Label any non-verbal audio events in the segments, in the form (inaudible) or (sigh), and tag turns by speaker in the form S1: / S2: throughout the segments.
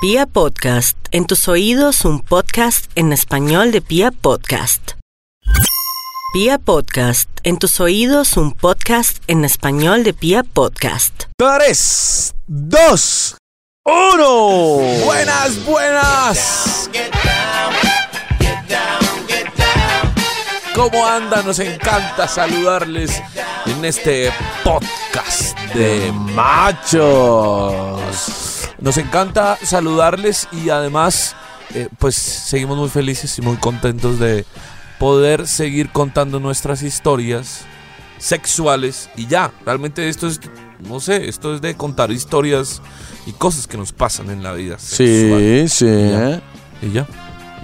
S1: Pia Podcast, en tus oídos un podcast en español de Pia Podcast. Pia Podcast, en tus oídos un podcast en español de Pia Podcast.
S2: 3, 2, 1. Buenas, buenas. ¿Cómo andan? Nos encanta saludarles en este podcast de machos. Nos encanta saludarles y además, eh, pues seguimos muy felices y muy contentos de poder seguir contando nuestras historias sexuales y ya. Realmente esto es, no sé, esto es de contar historias y cosas que nos pasan en la vida. sexual.
S3: Sí, sí. ¿eh?
S2: Y ya.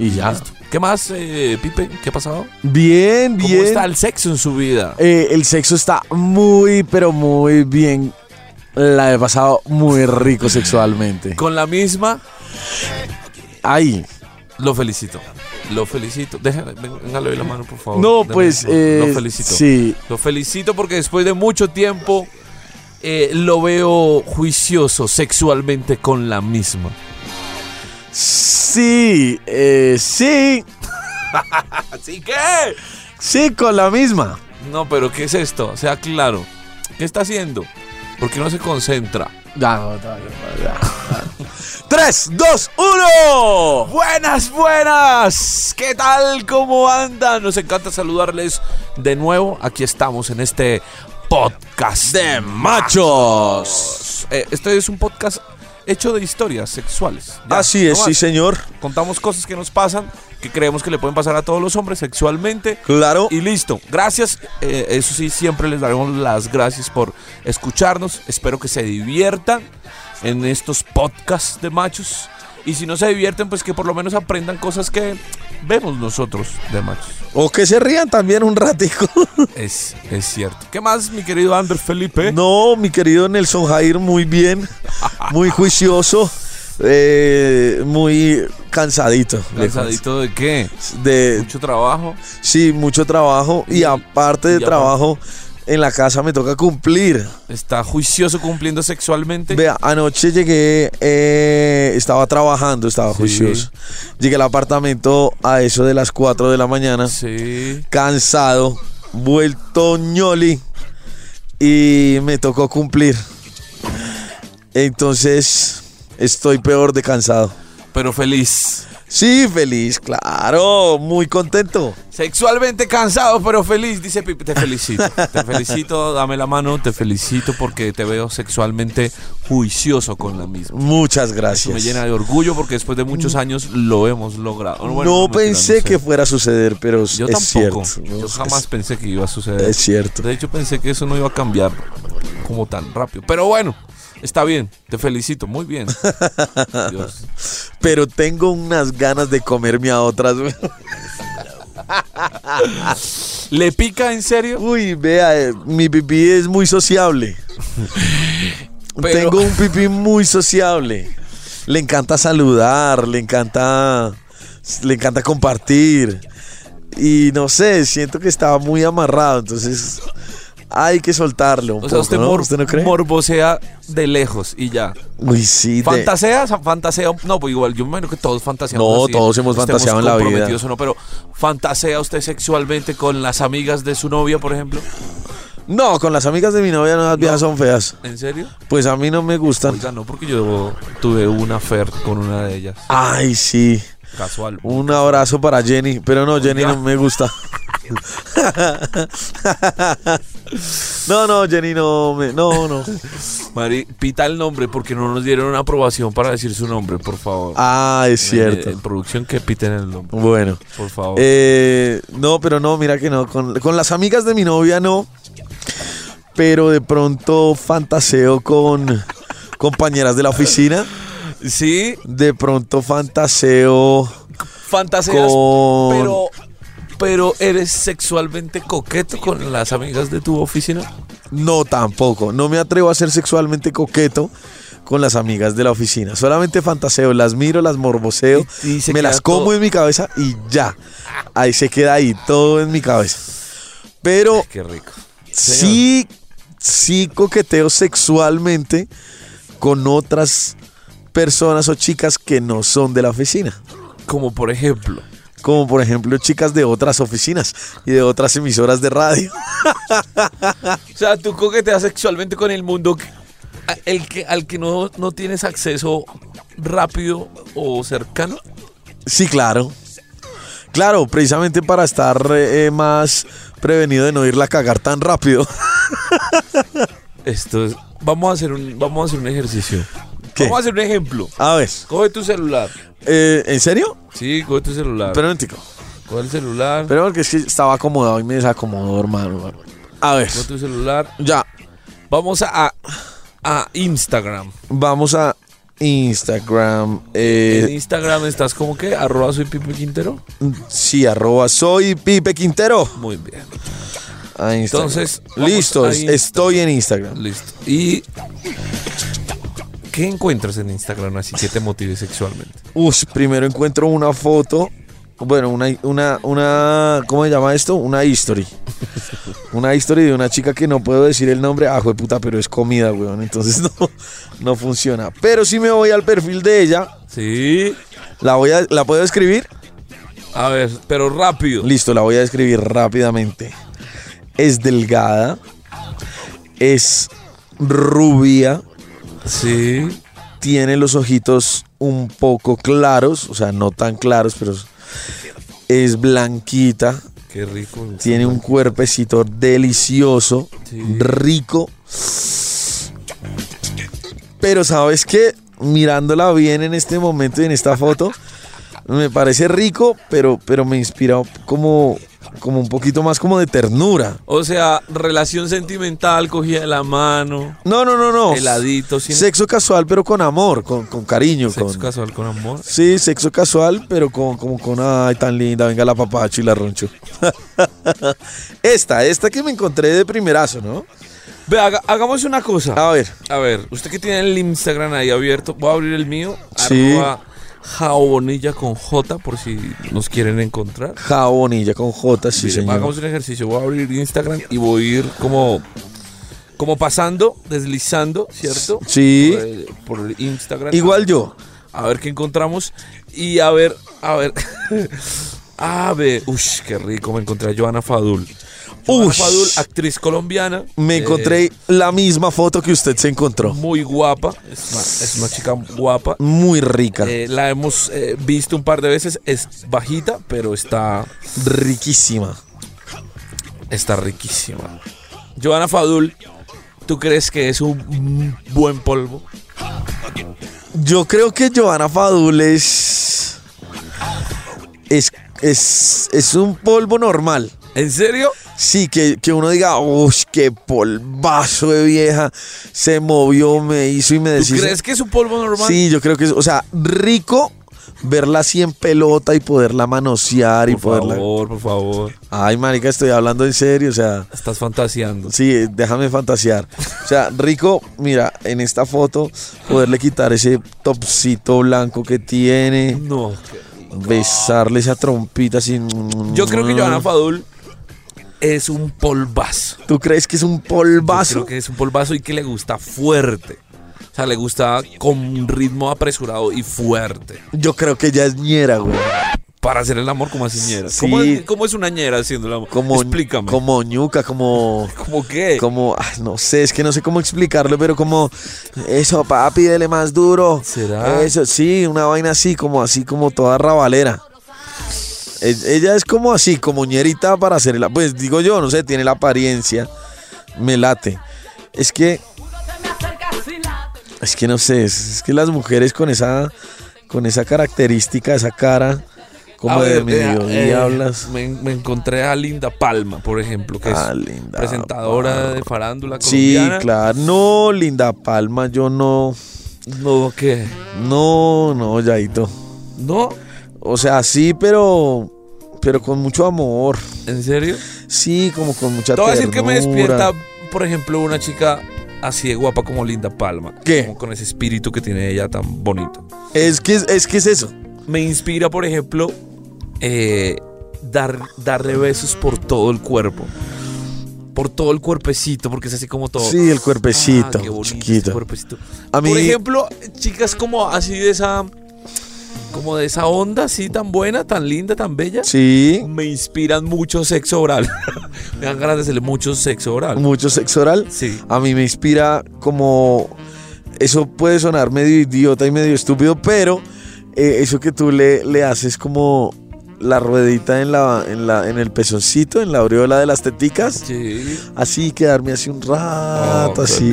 S3: Y ya.
S2: Listo. ¿Qué más, eh, Pipe? ¿Qué ha pasado?
S3: Bien,
S2: ¿Cómo
S3: bien.
S2: está el sexo en su vida?
S3: Eh, el sexo está muy, pero muy bien. La he pasado muy rico sexualmente.
S2: Con la misma,
S3: Ay.
S2: lo felicito. Lo felicito. Déjame, ven- venga, le doy la mano, por favor.
S3: No,
S2: Deme,
S3: pues.
S2: por favor.
S3: eh,
S2: lo felicito.
S3: Sí.
S2: Lo felicito porque después de mucho tiempo eh, lo veo juicioso sexualmente con la misma.
S3: Sí. eh, sí.
S2: Así que.
S3: Sí, con la misma.
S2: No, pero ¿qué es esto? Sea claro. ¿Qué está haciendo? Porque no se concentra.
S3: Ya, no, ya, ya, (laughs) ya. Tres, dos, uno.
S2: Buenas, buenas. ¿Qué tal? ¿Cómo andan? Nos encanta saludarles de nuevo. Aquí estamos en este podcast de machos. Eh, este es un podcast hecho de historias sexuales. Ya,
S3: Así es,
S2: no
S3: sí,
S2: más.
S3: señor.
S2: Contamos cosas que nos pasan, que creemos que le pueden pasar a todos los hombres sexualmente.
S3: Claro.
S2: Y listo, gracias. Eh, eso sí, siempre les daremos las gracias por escucharnos. Espero que se diviertan en estos podcasts de machos. Y si no se divierten, pues que por lo menos aprendan cosas que vemos nosotros de machos.
S3: O que se rían también un ratico. (laughs)
S2: Es, es cierto. ¿Qué más, mi querido Ander Felipe?
S3: No, mi querido Nelson Jair, muy bien, muy juicioso, eh, muy cansadito.
S2: ¿Cansadito de qué?
S3: De,
S2: Mucho trabajo.
S3: sí, mucho trabajo y aparte de
S2: y aparte-
S3: trabajo en la casa me toca cumplir.
S2: Está juicioso cumpliendo sexualmente.
S3: Vea, anoche llegué, eh, estaba trabajando, estaba
S2: Sí.
S3: juicioso. Llegué al apartamento a eso de las 4 de la mañana,
S2: Sí.
S3: cansado, vuelto ñoli y me tocó cumplir. Entonces estoy peor de cansado.
S2: Pero feliz.
S3: Sí, feliz, claro, muy contento.
S2: Sexualmente cansado, pero feliz, dice Pipe. Te felicito. Te felicito, dame la mano, te felicito porque te veo sexualmente juicioso con la misma.
S3: Muchas
S2: Eso me
S3: gracias.
S2: llena de orgullo porque después de muchos años lo hemos logrado. Bueno,
S3: no
S2: mentira,
S3: pensé
S2: no sé.
S3: que fuera a suceder, pero es
S2: Yo tampoco.
S3: cierto.
S2: Yo
S3: Es-
S2: jamás pensé que iba a suceder.
S3: Es cierto.
S2: De hecho, pensé que eso no iba a cambiar como tan rápido. Pero bueno, está bien. Te felicito. Muy
S3: (laughs)
S2: bien. Dios.
S3: Pero tengo unas ganas de comerme a otras.
S2: ¿Le pica en serio?
S3: Uy, vea, eh, mi pipí es muy sociable.
S2: (laughs) Pero-
S3: Tengo un pipí muy sociable. Le encanta saludar, le encanta, le encanta compartir. Y no sé, siento que estaba muy amarrado, entonces hay que soltarlo. Un
S2: O sea,
S3: poco,
S2: usted,
S3: ¿no?
S2: mor-
S3: ¿Usted no cree?
S2: morbosea de lejos y ya.
S3: Uy, sí. de-
S2: Fantasea, sa- fantasea, no, pues igual, yo me imagino que todos fantaseamos.
S3: No,
S2: así,
S3: todos hemos
S2: estemos
S3: fantaseado en la vida.
S2: comprometidos o no, pero fantasea usted sexualmente con las amigas de su novia, por ejemplo.
S3: No, con las amigas de mi novia no, las viejas son feas.
S2: ¿En serio?
S3: Pues a mí no me gustan.
S2: Oiga, no, porque yo tuve una affair con una de ellas.
S3: Ay, sí.
S2: Casual.
S3: Un abrazo para Jenny, pero no, Jenny
S2: Oiga.
S3: no me gusta. no, no, Jenny no, me- no, no.
S2: Mari, pita el nombre porque no nos dieron una aprobación para decir su nombre, por favor.
S3: Ah, es
S2: Eh, En
S3: cierto.
S2: producción que piten el nombre,
S3: Bueno,
S2: por favor.
S3: eh, no, pero no, mira que no. Con, con las amigas de mi novia no, pero de pronto fantaseo con compañeras de la oficina.
S2: sí,
S3: De pronto fantaseo
S2: fantaseas,
S3: con.
S2: pero... Pero eres sexualmente coqueto con las amigas de tu oficina.
S3: No, tampoco. No me atrevo a ser sexualmente coqueto con las amigas de la oficina. Solamente fantaseo, las miro, las morboseo,
S2: Y- y se
S3: me
S2: queda
S3: las como
S2: todo.
S3: en mi cabeza y ya. Ahí se queda ahí, todo en mi cabeza. Pero
S2: Qué rico.
S3: sí, sí coqueteo sexualmente con otras personas o chicas que no son de la oficina.
S2: Como por ejemplo.
S3: Como por ejemplo chicas de otras oficinas y de otras emisoras de radio.
S2: O sea, tú coqueteas sexualmente con el mundo que- a- el que, al que no, no tienes acceso rápido o cercano.
S3: Sí, claro. Claro, precisamente para estar eh, eh, más prevenido de no irla a cagar tan rápido. (laughs)
S2: Esto es. Vamos a hacer un, vamos a hacer un ejercicio.
S3: ¿Qué?
S2: Vamos a hacer un ejemplo.
S3: A ver,
S2: Coge tu celular.
S3: eh, ¿en serio?
S2: Sí, coge tu celular.
S3: Espera un momentico.
S2: coge el celular.
S3: Pero porque es que estaba acomodado y me desacomodó, hermano. A ver,
S2: Coge tu celular.
S3: ya.
S2: Vamos a, a Instagram.
S3: Vamos a Instagram.
S2: En
S3: Eh,
S2: Instagram estás como que arroba soy Pipe Quintero.
S3: sí, arroba soy Pipe Quintero.
S2: Muy bien.
S3: A Instagram.
S2: Entonces, vamos
S3: listo,
S2: a
S3: es-
S2: Instagram.
S3: estoy en Instagram.
S2: Listo. ¿Y qué encuentras en Instagram así que te motive sexualmente?
S3: Uf, primero encuentro una foto. Bueno, una, una, una, ¿cómo se llama esto? Una history. Una history de una chica que no puedo decir el nombre. Ah, puta, pero es comida, weón. Entonces (laughs) no, no funciona. Pero si me voy al perfil de ella,
S2: Sí.
S3: la, voy a, la puedo escribir.
S2: A ver, pero rápido.
S3: Listo, la voy a describir rápidamente. Es delgada. Es rubia.
S2: Sí.
S3: Tiene los ojitos un poco claros. O sea, no tan claros, pero es- es blanquita.
S2: Qué rico.
S3: Tiene un cuerpecito delicioso.
S2: Sí.
S3: Rico. Pero sabes qué? Mirándola bien en este momento y en esta foto, me parece rico, pero, pero me inspira como, como un poquito más como de ternura.
S2: O sea, relación sentimental, cogida de la mano,
S3: No, no, no, no.
S2: heladito, sin
S3: Sexo casual, pero con amor, con, con cariño.
S2: sexo
S3: con-
S2: casual con amor.
S3: Sí, sexo casual, pero con, como con, ay, tan linda, venga la papacho y la roncho. (laughs) esta, esta que me encontré de primerazo, ¿no?
S2: Ve, haga- hagamos una cosa.
S3: A ver,
S2: A ver, usted que tiene el Instagram ahí abierto, voy a abrir el mío.
S3: Sí.
S2: Arroba jabonilla con J por si nos quieren encontrar.
S3: jabonilla con J, sí,
S2: Mire,
S3: señor.
S2: hagamos un ejercicio. Voy a abrir Instagram y voy a ir como, como pasando, deslizando, ¿cierto?
S3: Sí.
S2: Por el, por el Instagram.
S3: Igual yo.
S2: A ver qué encontramos. Y a ver, a ver. (laughs) a ver. Uy, qué rico. Me encontré a Joana Fadul. Joana
S3: Ush.
S2: Fadul, actriz colombiana.
S3: Me
S2: eh,
S3: encontré la misma foto que usted se encontró.
S2: muy guapa. Es una, es una chica guapa.
S3: Muy rica,
S2: Eh, la hemos eh, visto un par de veces. Es bajita, pero está,
S3: riquísima.
S2: está riquísima. Joana Fadul, ¿tú crees que es un buen polvo?
S3: Yo creo que Giovanna Fadul es. Es, es, es un polvo normal.
S2: ¿En serio?
S3: Sí, que, que uno diga, uff, qué polvazo de vieja. Se movió, me hizo y me
S2: ¿Tú
S3: deshizo.
S2: crees que es un polvo normal?
S3: Sí, yo creo que es, o sea, rico verla así en pelota y poderla manosear y
S2: Por
S3: poderla.
S2: favor, por favor.
S3: Ay, marica, estoy hablando en serio, o sea,
S2: Estás fantaseando.
S3: sí, déjame fantasear. O sea, rico, mira, en esta foto poderle quitar ese topcito blanco que tiene,
S2: No.
S3: besarle esa trompita así.
S2: Yo creo que Joana Fadul es un polvazo.
S3: ¿Tú crees que es un
S2: Yo
S3: polvazo?
S2: Creo que es un polvazo y que le gusta fuerte. O sea, le gusta con un ritmo apresurado y fuerte.
S3: Yo creo que ya es ñera, güey.
S2: Para hacer el amor como así ñera.
S3: Sí.
S2: ¿Cómo, es, cómo es una ñera haciendo el amor?
S3: Como,
S2: Explícame. ¿Cómo,
S3: Como ñuca, como.
S2: qué?
S3: Como, ah, no sé, es que no sé cómo explicarlo, pero como, eso, papi, dele más duro.
S2: ¿Será?
S3: Eso, sí, una vaina así, como así, como toda rabalera. E- Ella es como así, como ñerita para hacerla. Pues digo yo, no sé, tiene la apariencia. Me late. Es que, es que no sé, es, es que las mujeres con esa, con esa característica, esa cara, como
S2: A
S3: de
S2: ver, vea,
S3: medio
S2: Ah, eh,
S3: diablas.
S2: Me, me encontré a Linda Palma, por ejemplo, que es
S3: Ah, Linda
S2: presentadora de
S3: Palma.
S2: farándula
S3: Sí,
S2: colombiana.
S3: claro. No, Linda Palma, yo no.
S2: No, ¿qué?
S3: No, no, Yaito.
S2: ¿No?
S3: O sea, sí, pero. Pero con mucho amor.
S2: ¿En serio?
S3: Sí, como con mucha
S2: Te voy a decir que me
S3: ternura.
S2: despierta, por ejemplo, una chica así de guapa como Linda Palma.
S3: ¿Qué?
S2: Como con ese espíritu que tiene ella tan bonito.
S3: Es que es, es que es eso.
S2: Me inspira, por ejemplo, eh, dar, darle besos por todo el cuerpo. por todo el cuerpecito, porque es así como todo.
S3: Sí, el cuerpecito,
S2: Oh. Ah, qué bonito
S3: chiquito.
S2: ese cuerpecito. eh,
S3: A mí-
S2: Por ejemplo, chicas como así de esa como de esa onda así tan buena, tan linda, tan bella,
S3: Sí,
S2: me inspiran mucho sexo oral. (laughs) me dan ganas de hacerle mucho sexo oral.
S3: mucho sexo oral.
S2: Sí.
S3: A mí me inspira como... Eso puede sonar medio idiota y medio estúpido, pero eh, eso que tú le, le haces como la ruedita en, la, en, la, en el pezoncito, en la aureola de las teticas,
S2: Sí.
S3: así quedarme así un rato,
S2: Oh, qué
S3: así,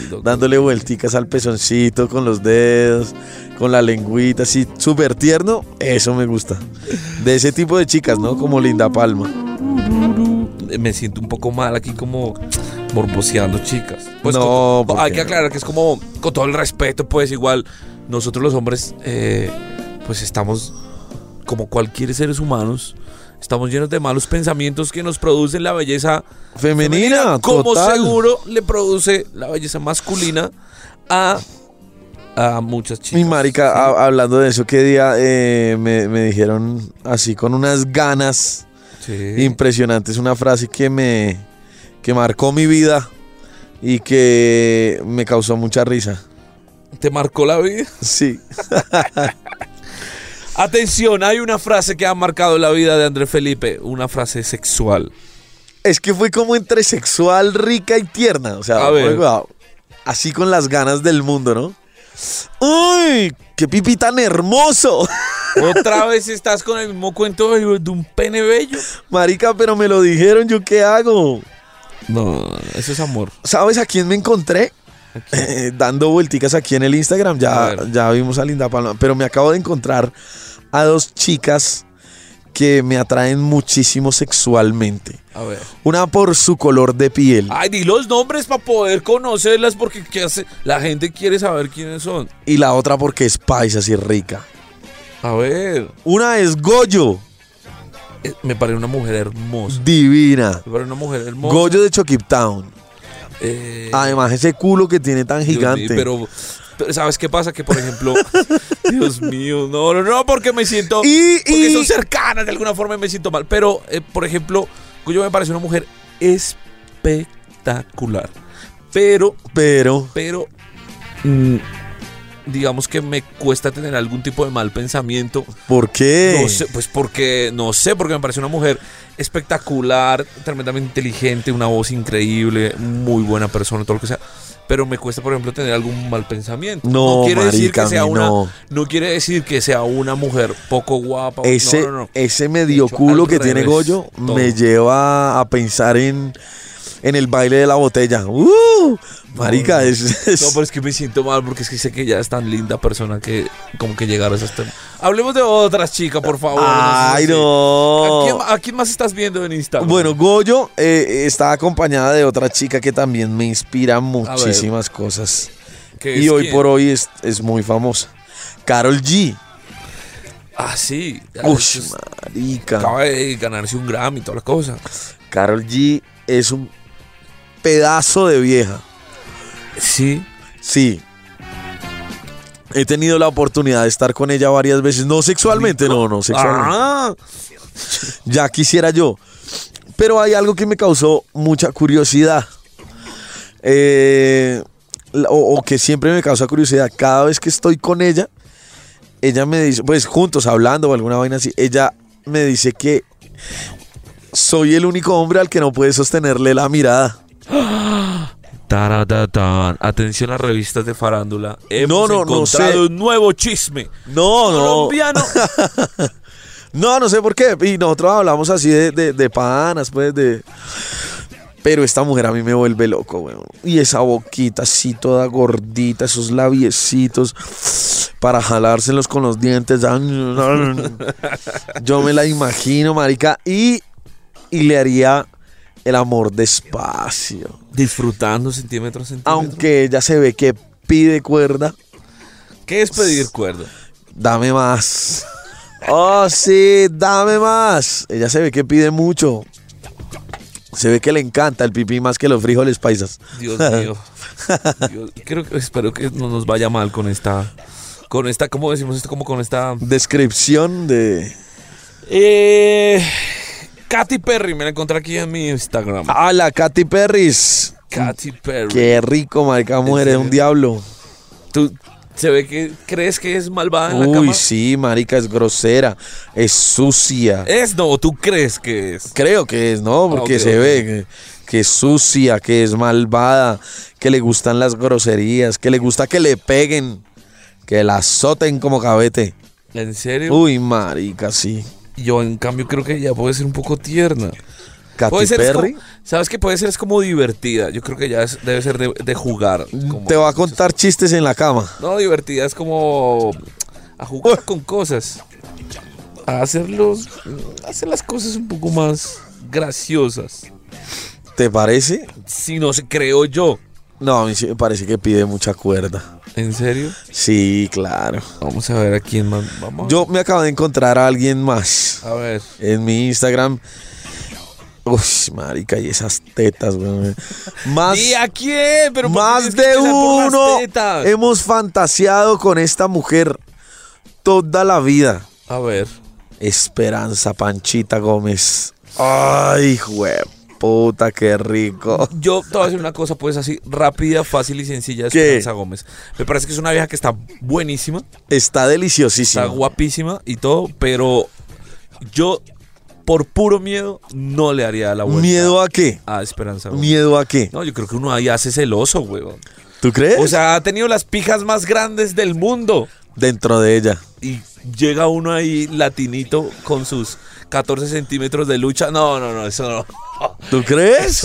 S2: lindo,
S3: dándole vuelticas al pezoncito con los dedos, con la lengüita, así, súper tierno, eso me gusta. De ese tipo de chicas, ¿no? Como Linda Palma.
S2: me siento un poco mal aquí como morboseando chicas. Pues
S3: No,
S2: con-
S3: ¿por
S2: hay
S3: qué
S2: que
S3: no?
S2: aclarar que es como con todo el respeto, pues igual nosotros los hombres eh, pues estamos como cualquier seres humanos, estamos llenos de malos pensamientos que nos producen la belleza
S3: Femenina,
S2: femenina, como
S3: total.
S2: seguro le produce la belleza masculina a a muchas
S3: Mi
S2: chicas.
S3: marica, a- hablando de eso, qué día eh, me, me dijeron así con unas ganas
S2: Sí.
S3: impresionantes, una frase que me que marcó mi vida y que me causó mucha risa. (laughs)
S2: Te marcó la vida.
S3: Sí.
S2: Atención, hay una frase que ha marcado la vida de Andrés Felipe, una frase sexual.
S3: Es que fue como entre sexual, rica y tierna. O sea,
S2: A ver.
S3: oiga, así con las ganas del mundo, ¿no? ¡Uy! ¡Qué pipi tan hermoso! (laughs)
S2: Otra vez estás con el mismo cuento de de un pene bello.
S3: Marica, pero me lo dijeron, ¿yo qué hago?
S2: No, eso es amor.
S3: ¿Sabes a quién me encontré? Eh, dando vuelticas aquí en el Instagram,
S2: A
S3: ya,
S2: ver.
S3: ya vimos a Linda Palma, pero me acabo de encontrar a dos chicas que me atraen muchísimo sexualmente.
S2: A ver.
S3: Una por su color de piel
S2: Ay, di los nombres para poder conocerlas porque ¿qué hace? la gente quiere saber quiénes son.
S3: y la otra porque es paisa así rica.
S2: A ver.
S3: Una es Goyo,
S2: Eh, Me parece una mujer hermosa.
S3: divina.
S2: Me parece una mujer hermosa.
S3: Goyo de Choquiptown.
S2: Eh,
S3: Además, ese culo que tiene tan
S2: Dios mío,
S3: gigante.
S2: pero, pero ¿sabes qué pasa? Que por ejemplo, (laughs) Dios mío, no, no, no, porque me siento...
S3: Y-
S2: porque
S3: y-
S2: son cercanas de alguna forma y me siento mal. Pero, eh, por ejemplo, yo me parece una mujer espectacular. Pero
S3: pero
S2: pero mm, digamos que me cuesta tener algún tipo de mal pensamiento.
S3: ¿por qué?
S2: No sé, pues porque, no sé, porque me parece una mujer espectacular, tremendamente inteligente, una voz increíble, muy buena persona, todo lo que sea. Pero me cuesta, por ejemplo, tener algún mal pensamiento.
S3: No,
S2: quiere decir
S3: marica,
S2: que
S3: a
S2: sea
S3: mí
S2: una,
S3: no.
S2: no quiere decir que sea una mujer poco guapa. o- no,
S3: Ese,
S2: no, no.
S3: ese medio
S2: De hecho,
S3: culo
S2: al
S3: que tiene
S2: revés,
S3: Goyo
S2: todo.
S3: me lleva a pensar en, en el baile de la botella. ¡Uh! Marica,
S2: No, no.
S3: es, es-
S2: No, pero es que me siento mal porque es que sé que ya es tan linda persona que como que llegar a esas tem- Hablemos de otras chicas, por favor.
S3: ¡Ay,
S2: sé si- ¿A
S3: no!
S2: quién, a quién más estás viendo en Instagram?
S3: Bueno, Goyo eh, está acompañada de otra chica que también me inspira muchísimas cosas.
S2: ¿Qué
S3: Y
S2: es
S3: hoy
S2: quién?
S3: por hoy es, es muy famosa. Carol G.
S2: Ah, sí.
S3: Ush,
S2: Es-
S3: marica.
S2: Acaba de ganarse un Grammy y toda la cosa.
S3: Carol G es un pedazo de vieja.
S2: Sí.
S3: Sí. He tenido la oportunidad de estar con ella varias veces. No sexualmente, no, no sexualmente.
S2: Ah,
S3: Ya quisiera yo. Pero hay algo que me causó mucha curiosidad. Eh, la- o, o que siempre me causa curiosidad. Cada vez que estoy con ella, ella me dice, pues juntos hablando o alguna vaina así, ella me dice que soy el único hombre al que no puede sostenerle la mirada.
S2: taratatán. Atención a revistas de farándula. Hemos
S3: no, no
S2: encontrado
S3: sé.
S2: un nuevo chisme.
S3: No, no. (laughs)
S2: Colombiano.
S3: No, no sé por qué. Y nosotros hablamos así de, de, de panas, pues, de. Pero esta mujer a mí me vuelve loco, weón. Y esa boquita así toda gordita, esos labiecitos para jalárselos con los dientes. Yo me la imagino, marica. Y, y le haría el amor despacio.
S2: Disfrutando centímetro a centímetro.
S3: Aunque ella se ve que pide cuerda, Ah.
S2: ¿Qué es pedir cuerda?
S3: dame más. (laughs) Oh, sí, dame más. Ella se ve que pide mucho. Se ve que le encanta el pipí más que los frijoles paisas. (laughs)
S2: Dios mío. Dios- creo que espero que no nos vaya mal con esta. Con esta, ¿cómo decimos esto? Como con esta.
S3: Descripción de...
S2: Eh, Katy Perry, me la encontré aquí en mi Instagram.
S3: ¡Hala, Katy Perris!
S2: Katy Perry.
S3: ¡Qué rico, marica mujer! Es un
S2: serio?
S3: diablo.
S2: ¿Tú se ve que crees que es malvada en la
S3: Uy,
S2: cama?
S3: sí, marica, es grosera, es sucia.
S2: ¿Es no? ¿O ¿Tú crees que es?
S3: Creo que es, ¿no? Porque
S2: Ah, ok,
S3: se
S2: ok.
S3: ve que, que es sucia, que es malvada, que le gustan las groserías, que le gusta que le peguen, que la azoten como cabete.
S2: ¿En serio?
S3: Uy, marica, sí.
S2: Yo, en cambio, creo que ella puede ser un poco tierna.
S3: Katy
S2: Puede ser, es
S3: Perry.
S2: como- ¿Sabes qué? Puede ser, es como divertida. Yo creo que ya es- debe ser de, de jugar. como-
S3: Te va a contar chistes en la cama.
S2: No, divertida es como a jugar con cosas. A hacerlos, mm, hacer las cosas un poco más graciosas.
S3: ¿Te parece?
S2: Si no se creo yo.
S3: No, a mí sí me parece que pide mucha cuerda.
S2: ¿En serio?
S3: Sí, claro.
S2: Vamos a ver a quién más vamos.
S3: Yo me acabo de encontrar a alguien más
S2: A ver.
S3: en mi Instagram. Uy, marica, y esas tetas, weón. Más,
S2: ¿Y a quién? ¿Pero por qué
S3: más
S2: tienes que
S3: de
S2: empezar por las
S3: uno Eh,
S2: tetas?
S3: hemos fantaseado con esta mujer toda la vida.
S2: A ver.
S3: Esperanza Panchita Gómez. Ay, jue puta, qué rico.
S2: Yo te voy a decir una cosa, pues así, rápida, fácil y sencilla. de
S3: ¿Qué?
S2: Esperanza Gómez. Me parece que es una vieja que está buenísima.
S3: Está
S2: Está
S3: deliciosísimo.
S2: guapísima y todo, pero yo por puro miedo no le haría la vuelta.
S3: ¿Miedo a qué?
S2: a Esperanza Gómez.
S3: ¿Miedo a qué?
S2: No, yo creo que uno ahí hace celoso, weón.
S3: ¿Tú crees?
S2: O sea, ha tenido las pijas más grandes del mundo.
S3: Dentro de ella.
S2: Y llega uno ahí latinito con sus 14 centímetros de lucha. No, no, no, eso no.
S3: ¿Tú crees?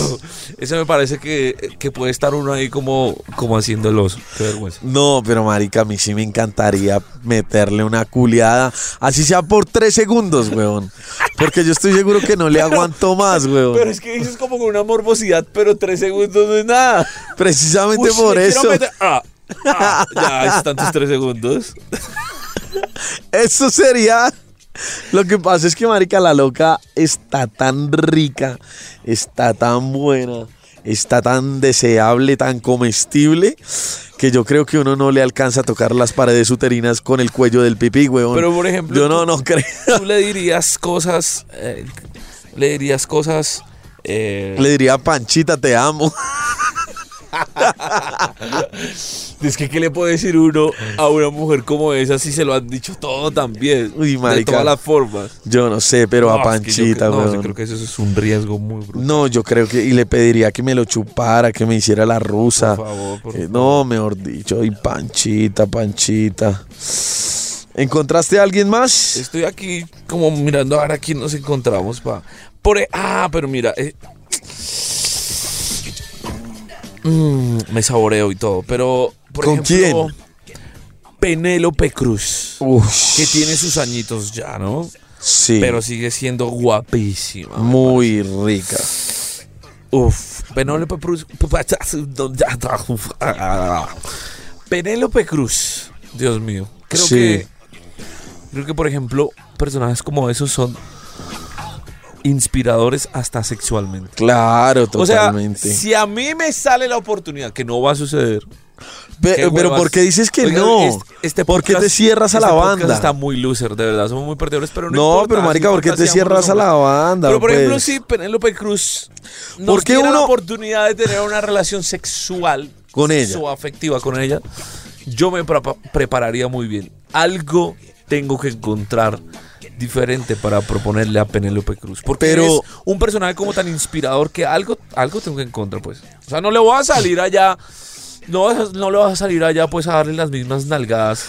S2: Eso me parece que, que puede estar uno ahí como, como haciendo el oso. Qué vergüenza.
S3: No, pero marica, a mí sí me encantaría meterle una culiada, así sea por tres segundos, weón. Porque yo estoy seguro que no le aguanto más, weón.
S2: Pero es que dices como con una morbosidad, pero tres segundos no es nada.
S3: Precisamente
S2: Uy,
S3: por
S2: le quiero
S3: eso.
S2: meter- Ah, ah, ya, están tus tres segundos.
S3: Eso sería. Lo que pasa es que Marica la Loca está tan rica, está tan buena, está tan deseable, tan comestible, que yo creo que uno no le alcanza a tocar las paredes uterinas con el cuello del pipí, weón.
S2: Pero, por ejemplo,
S3: Yo
S2: tú-
S3: no, no creo. (laughs)
S2: Tú le dirías cosas. eh, le dirías cosas. eh,
S3: Le diría, Panchita, te amo. (laughs)
S2: Es que, ¿qué le puede decir uno a una mujer como esa si se lo han dicho todo también?
S3: Uy, marica.
S2: De todas las formas.
S3: Yo no sé, pero
S2: No,
S3: a
S2: es que yo
S3: Panchita,
S2: cre- no, yo
S3: weón.
S2: creo que eso es un riesgo muy brutal.
S3: Pues No, yo creo que. Y le pediría que me lo chupara, que me hiciera la rusa.
S2: Por favor, por
S3: Eh, no, mejor dicho. Y Panchita, Panchita. ¿Encontraste a alguien más?
S2: Estoy aquí como mirando ahora quién nos encontramos. Pa. Por, e- ah, pero mira. eh. Mm, me saboreo y todo, pero. Por
S3: ¿Con
S2: ejemplo, Penélope Cruz.
S3: Ush,
S2: Que tiene sus añitos ya, ¿no?
S3: Sí.
S2: Pero sigue siendo guapísima.
S3: muy rica.
S2: Uf, Penélope Cruz. ah, Penélope Cruz. Dios mío. Creo
S3: Sí.
S2: que. Creo que, por ejemplo, personajes como esos son inspiradores hasta sexualmente.
S3: Claro, totalmente.
S2: O sea, si a mí me sale la oportunidad, que no va a suceder.
S3: Pe- eh,
S2: qué
S3: pero
S2: huevas.
S3: ¿por qué dices que
S2: Oiga,
S3: no?
S2: es- este
S3: ¿Por qué te
S2: podcast-
S3: cierras a
S2: este
S3: la
S2: podcast
S3: banda?
S2: Está muy loser, de verdad. Somos muy perdedores, pero no,
S3: No,
S2: importa,
S3: pero,
S2: no
S3: marica, ¿por qué
S2: importa
S3: te
S2: si amamos
S3: cierras a
S2: o no.
S3: la banda,
S2: Pero por ejemplo,
S3: pues?
S2: si Penélope Cruz nos
S3: ¿Por qué
S2: diera la
S3: uno-
S2: oportunidad de tener una relación sexual
S3: Con ella.
S2: o afectiva con ella, yo me prepa- prepararía muy bien. Algo tengo que encontrar diferente para proponerle a Penélope Cruz, porque
S3: Pero-
S2: es un personaje como tan inspirador que algo algo tengo que encontrar, pues. O sea, no le voy a salir allá no, vas a- no le vas a salir allá pues a darle las mismas nalgadas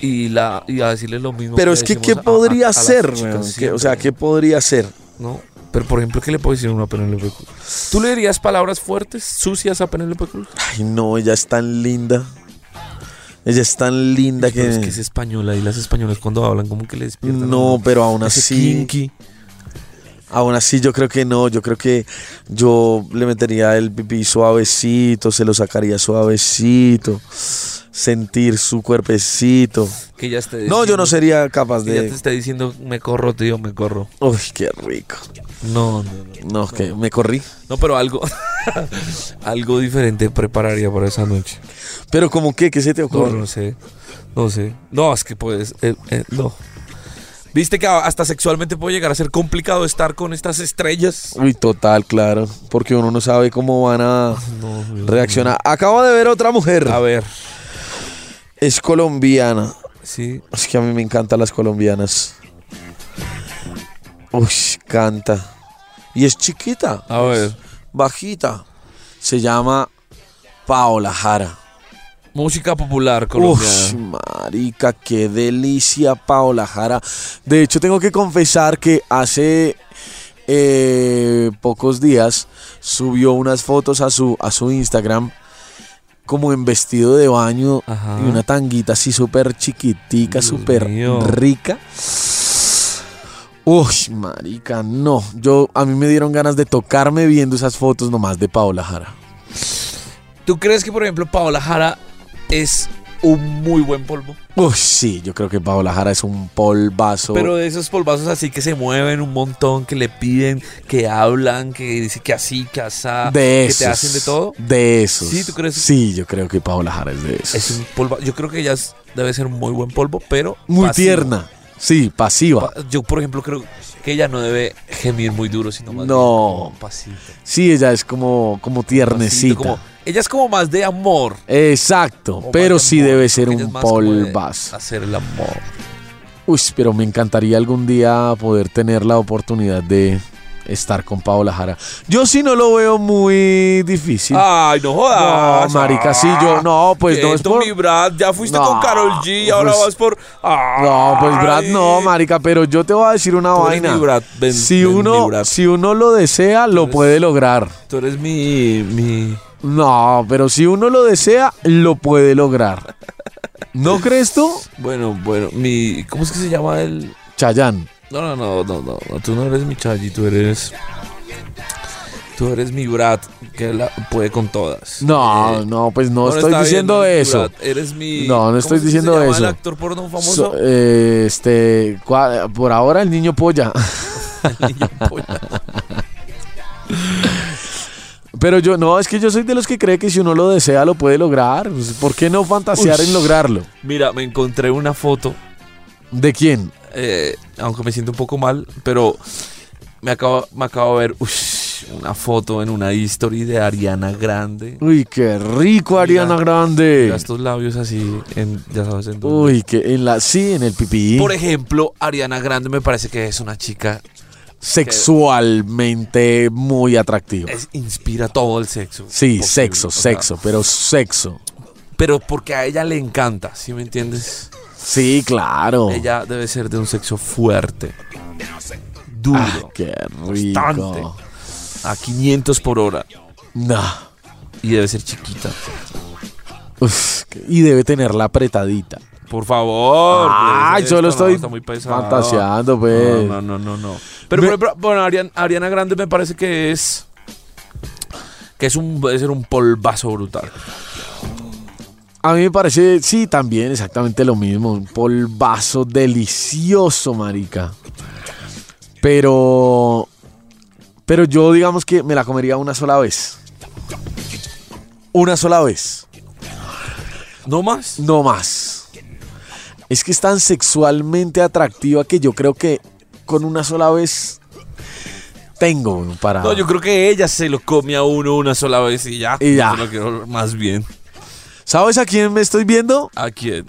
S2: y la y a decirle lo mismo.
S3: Pero
S2: le
S3: es que, ¿qué
S2: decimos a- a- a
S3: podría
S2: las
S3: ser,
S2: chicas
S3: weón? ¿Qué- O
S2: siempre,
S3: sea, ¿qué podría ser?
S2: ¿no? Pero por ejemplo, ¿qué le puedo decir a una Penélope Cruz? ¿Tú le dirías palabras fuertes, sucias a Penélope Cruz?
S3: Ay, no, ella es tan linda. Ella es tan linda que.
S2: Pero es que es española y las españolas cuando hablan como que le despiertan.
S3: No, pero aún
S2: Ese
S3: así.
S2: kinky.
S3: Aún así, yo creo que no. Yo creo que yo le metería el pipí suavecito, se lo sacaría suavecito, sentir su cuerpecito.
S2: que ya esté
S3: No, yo no
S2: diciendo-
S3: sería capaz
S2: que ya
S3: de.
S2: te está diciendo, me corro, tío, me corro.
S3: Uy, qué rico.
S2: No, no, no.
S3: No, que me corrí.
S2: No, pero algo, (laughs) algo diferente prepararía para esa noche.
S3: Pero, ¿cómo qué? ¿Qué se te
S2: No,
S3: ocurre?
S2: no sé. No sé. No, es que puedes. eh, eh, no. Viste que hasta sexualmente puede llegar a ser complicado estar con estas estrellas.
S3: Uy, total, claro. Porque uno no sabe cómo van a reaccionar. Acabo de ver otra mujer.
S2: A ver,
S3: Es colombiana.
S2: sí.
S3: Es que a mí me encantan las colombianas. Uy, canta. Y es chiquita.
S2: A ver.
S3: Bajita. Se llama Paola Jara.
S2: Música popular colombiana.
S3: Uf, marica, qué delicia Paola Jara. De hecho, tengo que confesar que hace eh, pocos días subió unas fotos a su, a su Instagram como en vestido de baño
S2: Ajá.
S3: y una tanguita así súper chiquitica,
S2: Dios
S3: súper
S2: mío.
S3: rica. Uy, marica, no. Yo, a mí me dieron ganas de tocarme viendo esas fotos nomás de Paola Jara.
S2: ¿Tú crees que, por ejemplo, Paola Jara es un muy buen polvo?
S3: Uy, sí, yo creo que Paola Jara es un polvazo.
S2: Pero de esos polvazos así que se mueven un montón, que le piden, que hablan, que dicen que así, que asá,
S3: De
S2: que te
S3: esos.
S2: hacen de todo.
S3: De esos.
S2: Sí, ¿tú crees?
S3: Sí, yo creo que Paola Jara es de esos.
S2: Es un polvo. Yo creo que ella es- debe ser un muy buen polvo, pero.
S3: Muy
S2: pasivo.
S3: tierna. Sí, pasiva.
S2: Pa- Yo, por ejemplo, creo que ella no debe gemir muy duro, sino más.
S3: No.
S2: bien como pasito,
S3: sí, ella es como, como
S2: pasito,
S3: tiernecita.
S2: como- ella es como más de amor.
S3: Exacto,
S2: como
S3: pero
S2: más de
S3: sí
S2: amor,
S3: debe ser
S2: porque ella
S3: un
S2: es más como de ah.
S3: polvazo.
S2: Hacer el amor.
S3: Uy, pero me encantaría algún día poder tener la oportunidad de estar con Paola Jara. Yo sí no lo veo muy difícil.
S2: Ay, no
S3: no,
S2: jodas.
S3: marica, sí, yo no, pues no es
S2: Quieto,
S3: por...
S2: mi Brad, ya fuiste
S3: No,
S2: con Carol G, ahora
S3: pues-
S2: vas por.
S3: No, pues Brad no,
S2: Ay.
S3: marica, pero yo te voy a decir una
S2: Tú eres
S3: vaina.
S2: mi Brad, ven-
S3: si
S2: ven, mi
S3: uno,
S2: Brad.
S3: si uno lo desea, lo
S2: eres-
S3: puede lograr.
S2: Tú eres mi. mi...
S3: No, pero si uno lo desea, lo puede lograr.
S2: (laughs)
S3: ¿No crees tú?
S2: Bueno, bueno, mi. ¿Cómo es que se llama el.?
S3: Chayán.
S2: No, no, no, no, no, no, tú no eres mi Chayi, tú eres. Tú eres mi Brad, que la puede con todas.
S3: No,
S2: Eh,
S3: no, pues
S2: no
S3: no, estoy
S2: está bien,
S3: diciendo
S2: no eres mi
S3: eso.
S2: Brad, eres mi.
S3: No, no
S2: ¿cómo
S3: estoy
S2: es que
S3: diciendo
S2: se llama
S3: eso.
S2: El actor porno famoso. (laughs)
S3: (laughs) So- eh, este, cua- por ahora el niño polla. (laughs)
S2: Niño polla.
S3: Pero yo no, es que yo soy de los que cree que si uno lo desea, lo puede lograr. Pues, ¿Por qué no fantasear
S2: Ush.
S3: en lograrlo?
S2: Mira, me encontré una foto,
S3: ¿De quién?
S2: eh, aunque me siento un poco mal, pero me acabo, me acabo de ver ush, una foto en una history de Ariana Grande.
S3: Uy, qué rico, Ariana
S2: Mira
S3: Grande.
S2: estos labios así, en, ya sabes, en dónde.
S3: Uy, que en la, sí, en el pipí.
S2: Por ejemplo, Ariana Grande me parece que es una chica
S3: Sexualmente muy atractivo.
S2: es- inspira todo el sexo.
S3: Sí,
S2: posible,
S3: sexo,
S2: o sea,
S3: sexo, pero sexo.
S2: pero porque a ella le encanta, ¿sí me entiendes?
S3: Sí, claro.
S2: Ella debe ser de un sexo fuerte, duro,
S3: Ah, qué
S2: Bastante.
S3: rico. Ah.
S2: a 500 por hora
S3: No.
S2: y debe ser chiquita.
S3: Uf, y debe tenerla apretadita.
S2: Por favor.
S3: Ay,
S2: pues,
S3: yo lo
S2: esto no,
S3: estoy
S2: está muy pesado.
S3: fantaseando, pues.
S2: No, no, no, no, no. Pero por
S3: Me-
S2: ejemplo, bueno, Arian- Ariana Grande me parece que es que es un debe ser un polvazo brutal.
S3: A mí me parece, sí, también exactamente lo mismo. Un polvazo delicioso, marica. Pero. Pero yo, digamos que me la comería una sola vez. Una sola vez.
S2: No más.
S3: No más. Es que es tan sexualmente atractiva que yo creo que con una sola vez tengo para.
S2: No, yo creo que ella se lo come a uno una sola vez y ya.
S3: Y ya.
S2: Yo se lo quiero más bien.
S3: ¿Sabes a quién me estoy viendo?
S2: ¿A quién?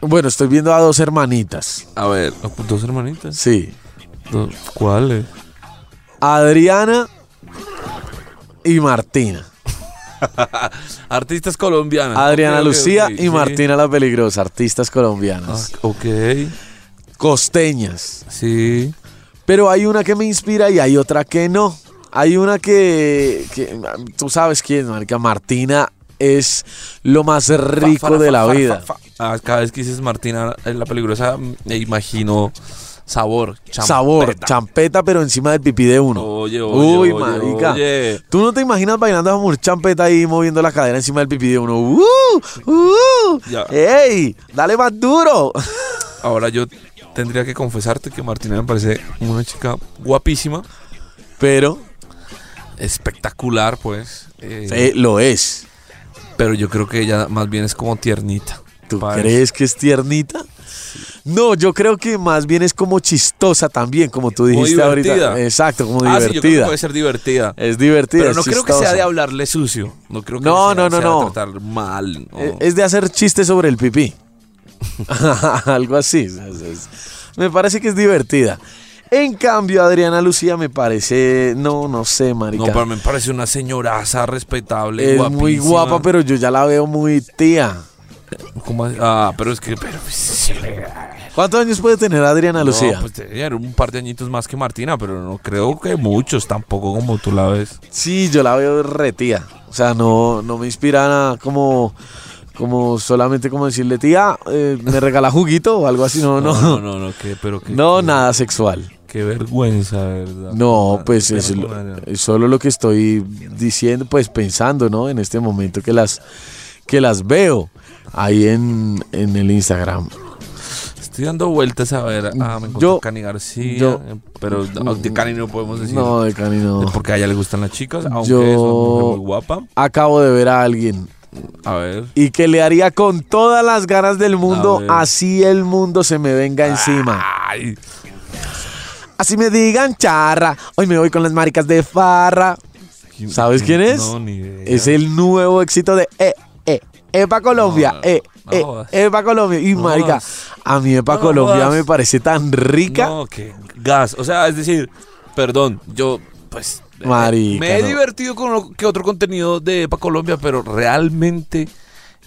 S3: Bueno, estoy viendo a dos hermanitas.
S2: A ver, dos hermanitas.
S3: Sí.
S2: Dos- ¿Cuáles?
S3: Adriana y Martina.
S2: Artistas colombianas.
S3: Adriana
S2: Ah, Ok, ok,
S3: Lucía
S2: ok,
S3: y
S2: sí.
S3: Martina la Peligrosa, artistas
S2: Ah,
S3: colombianas.
S2: ok, Ah.
S3: Costeñas.
S2: sí.
S3: Pero hay una que me inspira y hay otra que no. Hay una que, que- tú sabes quién, marica. Martina es lo más rico
S2: Fa, fa,
S3: de
S2: fa,
S3: la
S2: fa,
S3: vida.
S2: fa, fa. Ah, cada vez que dices Martina eh, la peligrosa, me imagino sabor. champeta.
S3: Sabor, champeta, pero encima del pipí de uno.
S2: Oye, oye,
S3: Uy,
S2: oye,
S3: marica.
S2: oye.
S3: Tú no te imaginas bailando a mujer champeta ahí moviendo la cadera encima del pipí de uno. ¡Uh! ¡Uh!
S2: Ya.
S3: ¡Ey! ¡Dale más duro!
S2: Ahora yo tendría que confesarte que Martina me parece una chica guapísima,
S3: (laughs) Pero
S2: espectacular, pues. eh,
S3: eh, lo es.
S2: Pero yo creo que ella más bien es como tiernita.
S3: ¿Tú
S2: Parece.
S3: crees que es tiernita? No, yo creo que más bien es como chistosa también, como tú dijiste ahorita.
S2: divertida.
S3: Exacto,
S2: Ah,
S3: como
S2: sí, yo creo que
S3: divertida.
S2: puede ser divertida.
S3: es divertida.
S2: Pero no
S3: es
S2: creo que sea
S3: chistosa.
S2: de hablarle sucio. No creo que
S3: No,
S2: sea,
S3: no, no,
S2: sea
S3: no.
S2: de tratar mal. no.
S3: Eh, Es de hacer chistes sobre el pipí. (laughs) Algo así. Es- es- Me parece que es divertida. En cambio, Adriana Lucía me parece. No, no sé, marica.
S2: No, pero me parece una señoraza respetable.
S3: es muy
S2: guapísima.
S3: guapa, pero yo ya la veo muy tía.
S2: ¿Cómo es? Ah, pero es que. Pero, sí,
S3: ¿Cuántos años puede tener Adriana (laughs) Lucía?
S2: No, pues tenía un par de añitos más que Martina, pero no creo que muchos tampoco como tú la
S3: (laughs)
S2: ves.
S3: Sí, yo la veo re tía. O sea, no, no me inspira nada como, como solamente como decirle, tía, eh, ¿me regala juguito o algo así? No, no.
S2: no,
S3: No,
S2: no, no, que- pero que, que-
S3: nada sexual.
S2: Qué vergüenza, de ¿verdad? Ah,
S3: No,
S2: Qué
S3: pues es,
S2: vergüenza.
S3: es solo lo que estoy diciendo, pues pensando, ¿no? En este momento que las, que las veo ahí en, en el Instagram.
S2: Estoy dando vueltas a ver. Ah, me encontré
S3: Yo-
S2: Cani García.
S3: yo-
S2: eh, pero no, de Cani no podemos decir.
S3: No, de Cani no.
S2: Porque a ella le gustan las chicas, aunque
S3: Yo-
S2: es una mujer muy guapa.
S3: Acabo de ver a alguien
S2: A ver.
S3: y que le haría con todas las ganas del mundo,
S2: ver.
S3: así el mundo se me venga encima.
S2: Ay,
S3: Así me digan charra. Hoy me voy con las maricas de farra.
S2: ¿quién-
S3: ¿Sabes quién es?
S2: No, ni idea.
S3: Es el nuevo éxito de E, E, Epa Colombia,
S2: No,
S3: E, E,
S2: no jodas.
S3: Epa Colombia. Y
S2: No
S3: marica,
S2: jodas.
S3: a mí Epa
S2: No
S3: Colombia
S2: jodas.
S3: me parece tan rica.
S2: No, que gas. O sea, es decir, perdón, yo, pues. eh,
S3: Marica,
S2: me he
S3: no.
S2: divertido con lo que otro contenido de EPA Colombia, pero realmente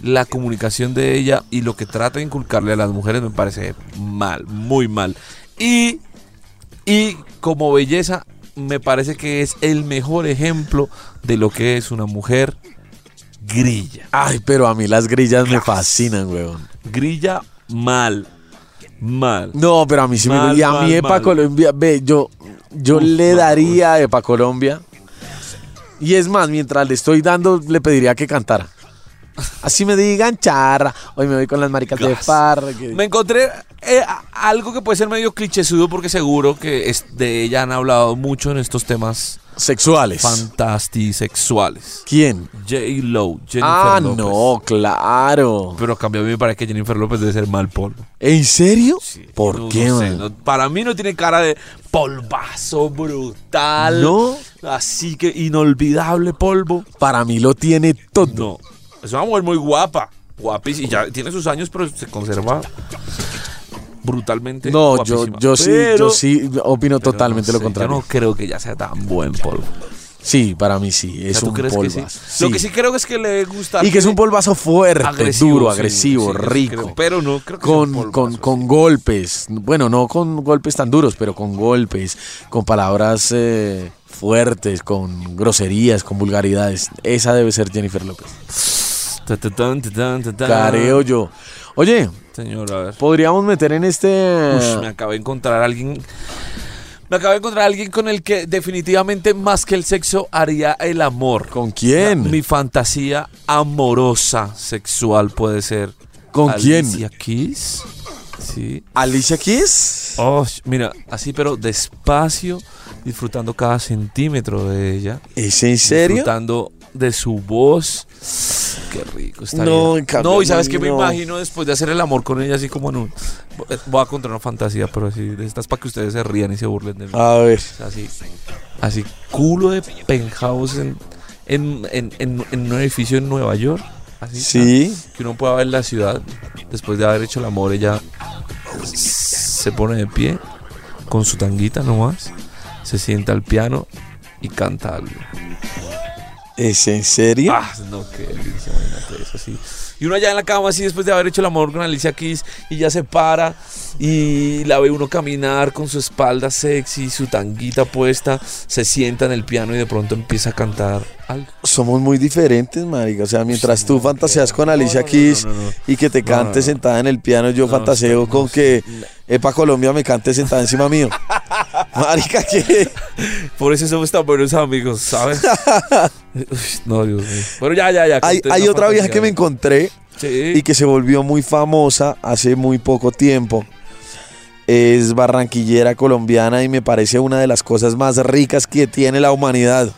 S2: la comunicación de ella y lo que trata de inculcarle a las mujeres me parece mal, muy mal. Y, y como belleza, me parece que es el mejor ejemplo de lo que es una mujer grilla.
S3: Ay, pero a mí las grillas me fascinan, weón.
S2: Grilla mal. Mal.
S3: No, pero a mí sí me
S2: Mal,
S3: Y a mí
S2: mal,
S3: Epa
S2: mal.
S3: Colombia, ve, yo, yo le
S2: mal,
S3: daría a Epa Colombia. Y es más, mientras le estoy dando, le pediría que cantara. Así me digan charra. Hoy me voy con las maricas de
S2: Gas.
S3: farra. que-
S2: Me encontré eh, a- algo que puede ser medio clichésudo porque seguro que es- de ella han hablado mucho en estos temas
S3: Sexuales.
S2: fantastisexuales.
S3: ¿Quién?
S2: J-Lo, Jennifer
S3: Ah,
S2: López.
S3: no, claro.
S2: Pero cambió a mí me parece que Jennifer López debe ser mal polvo.
S3: ¿En serio?
S2: Sí,
S3: ¿Por
S2: no-
S3: qué,
S2: no sé,
S3: man?
S2: no- para mí no tiene cara de polvazo brutal.
S3: No.
S2: Así que inolvidable polvo.
S3: Para mí lo tiene todo.
S2: No. Es una mujer muy guapa. Guapísima. Y ya tiene sus años, pero se conserva brutalmente.
S3: No, yo,
S2: guapísima.
S3: yo sí,
S2: Pero-
S3: yo sí opino
S2: pero
S3: totalmente
S2: no
S3: lo
S2: sé,
S3: contrario.
S2: Yo no creo que ya sea tan buen polvo.
S3: Sí, para mí sí, es
S2: ¿Tú
S3: un
S2: crees que
S3: polvazo.
S2: sí? Lo que sí creo es que le gusta.
S3: Y que es un polvazo fuerte, duro,
S2: sí, sí,
S3: agresivo,
S2: sí,
S3: rico.
S2: creo, pero no creo que sea un
S3: con,
S2: polvazo,
S3: con,
S2: sí.
S3: con golpes, bueno, no con golpes tan duros, pero con golpes, con palabras eh, fuertes, con groserías, con vulgaridades. Esa debe ser Jennifer López.
S2: Ta, ta, tan, ta, tan, ta, tan.
S3: Careo yo. Oye,
S2: Señor, a ver.
S3: podríamos meter en este...
S2: Ush, me acabé de encontrar a alguien. Me acabé de encontrar a alguien con el que definitivamente más que el sexo haría el amor.
S3: ¿Con quién?
S2: Mi fantasía amorosa sexual puede ser.
S3: ¿Con
S2: Alicia Keys. Sí.
S3: ¿Alicia Keys?
S2: Oh, mira, así pero despacio, disfrutando cada centímetro de ella.
S3: ¿Es en serio?
S2: Disfrutando de su voz. Qué rico está
S3: No,
S2: bien.
S3: en cambio,
S2: No, y sabes que me
S3: no.
S2: imagino después de hacer el amor con ella así como en un voy a contar una fantasía, pero así de estas para que ustedes se rían y se burlen de mí.
S3: A ver.
S2: O sea, Así así culo de penthouse en en, en- en- en un edificio en Nueva York. Así,
S3: Sí.
S2: que uno pueda ver la ciudad después de haber hecho el amor ella se pone de pie con su tanguita nomás se sienta al piano y canta algo
S3: ¿Es en serio?
S2: ah no qué delicia imagínate eso así y uno allá en la cama así después de haber hecho el amor con Alicia Keys y ya se para y la ve uno caminar con su espalda sexy su tanguita puesta se sienta en el piano y de pronto empieza a cantar algo
S3: Somos muy diferentes, marica. O sea, mientras tú fantaseas con Alicia
S2: no, no,
S3: Keys
S2: no, no.
S3: y que te
S2: No, no,
S3: cante
S2: no.
S3: sentada en el piano, yo fantaseo
S2: no,
S3: con
S2: no,
S3: que Epa Colombia me cante sentada
S2: (laughs)
S3: encima mío. Marica, ¿qué?
S2: Por eso somos tan buenos amigos,
S3: (laughs)
S2: ¿sabes? Uy, no, Dios mío. Pero ya, ya, ya.
S3: Hay,
S2: conté
S3: hay
S2: una
S3: otra vieja
S2: fantasía.
S3: que me encontré
S2: Sí.
S3: y que se volvió muy famosa hace muy poco tiempo. Es barranquillera colombiana y me parece una de las cosas más ricas que tiene la humanidad.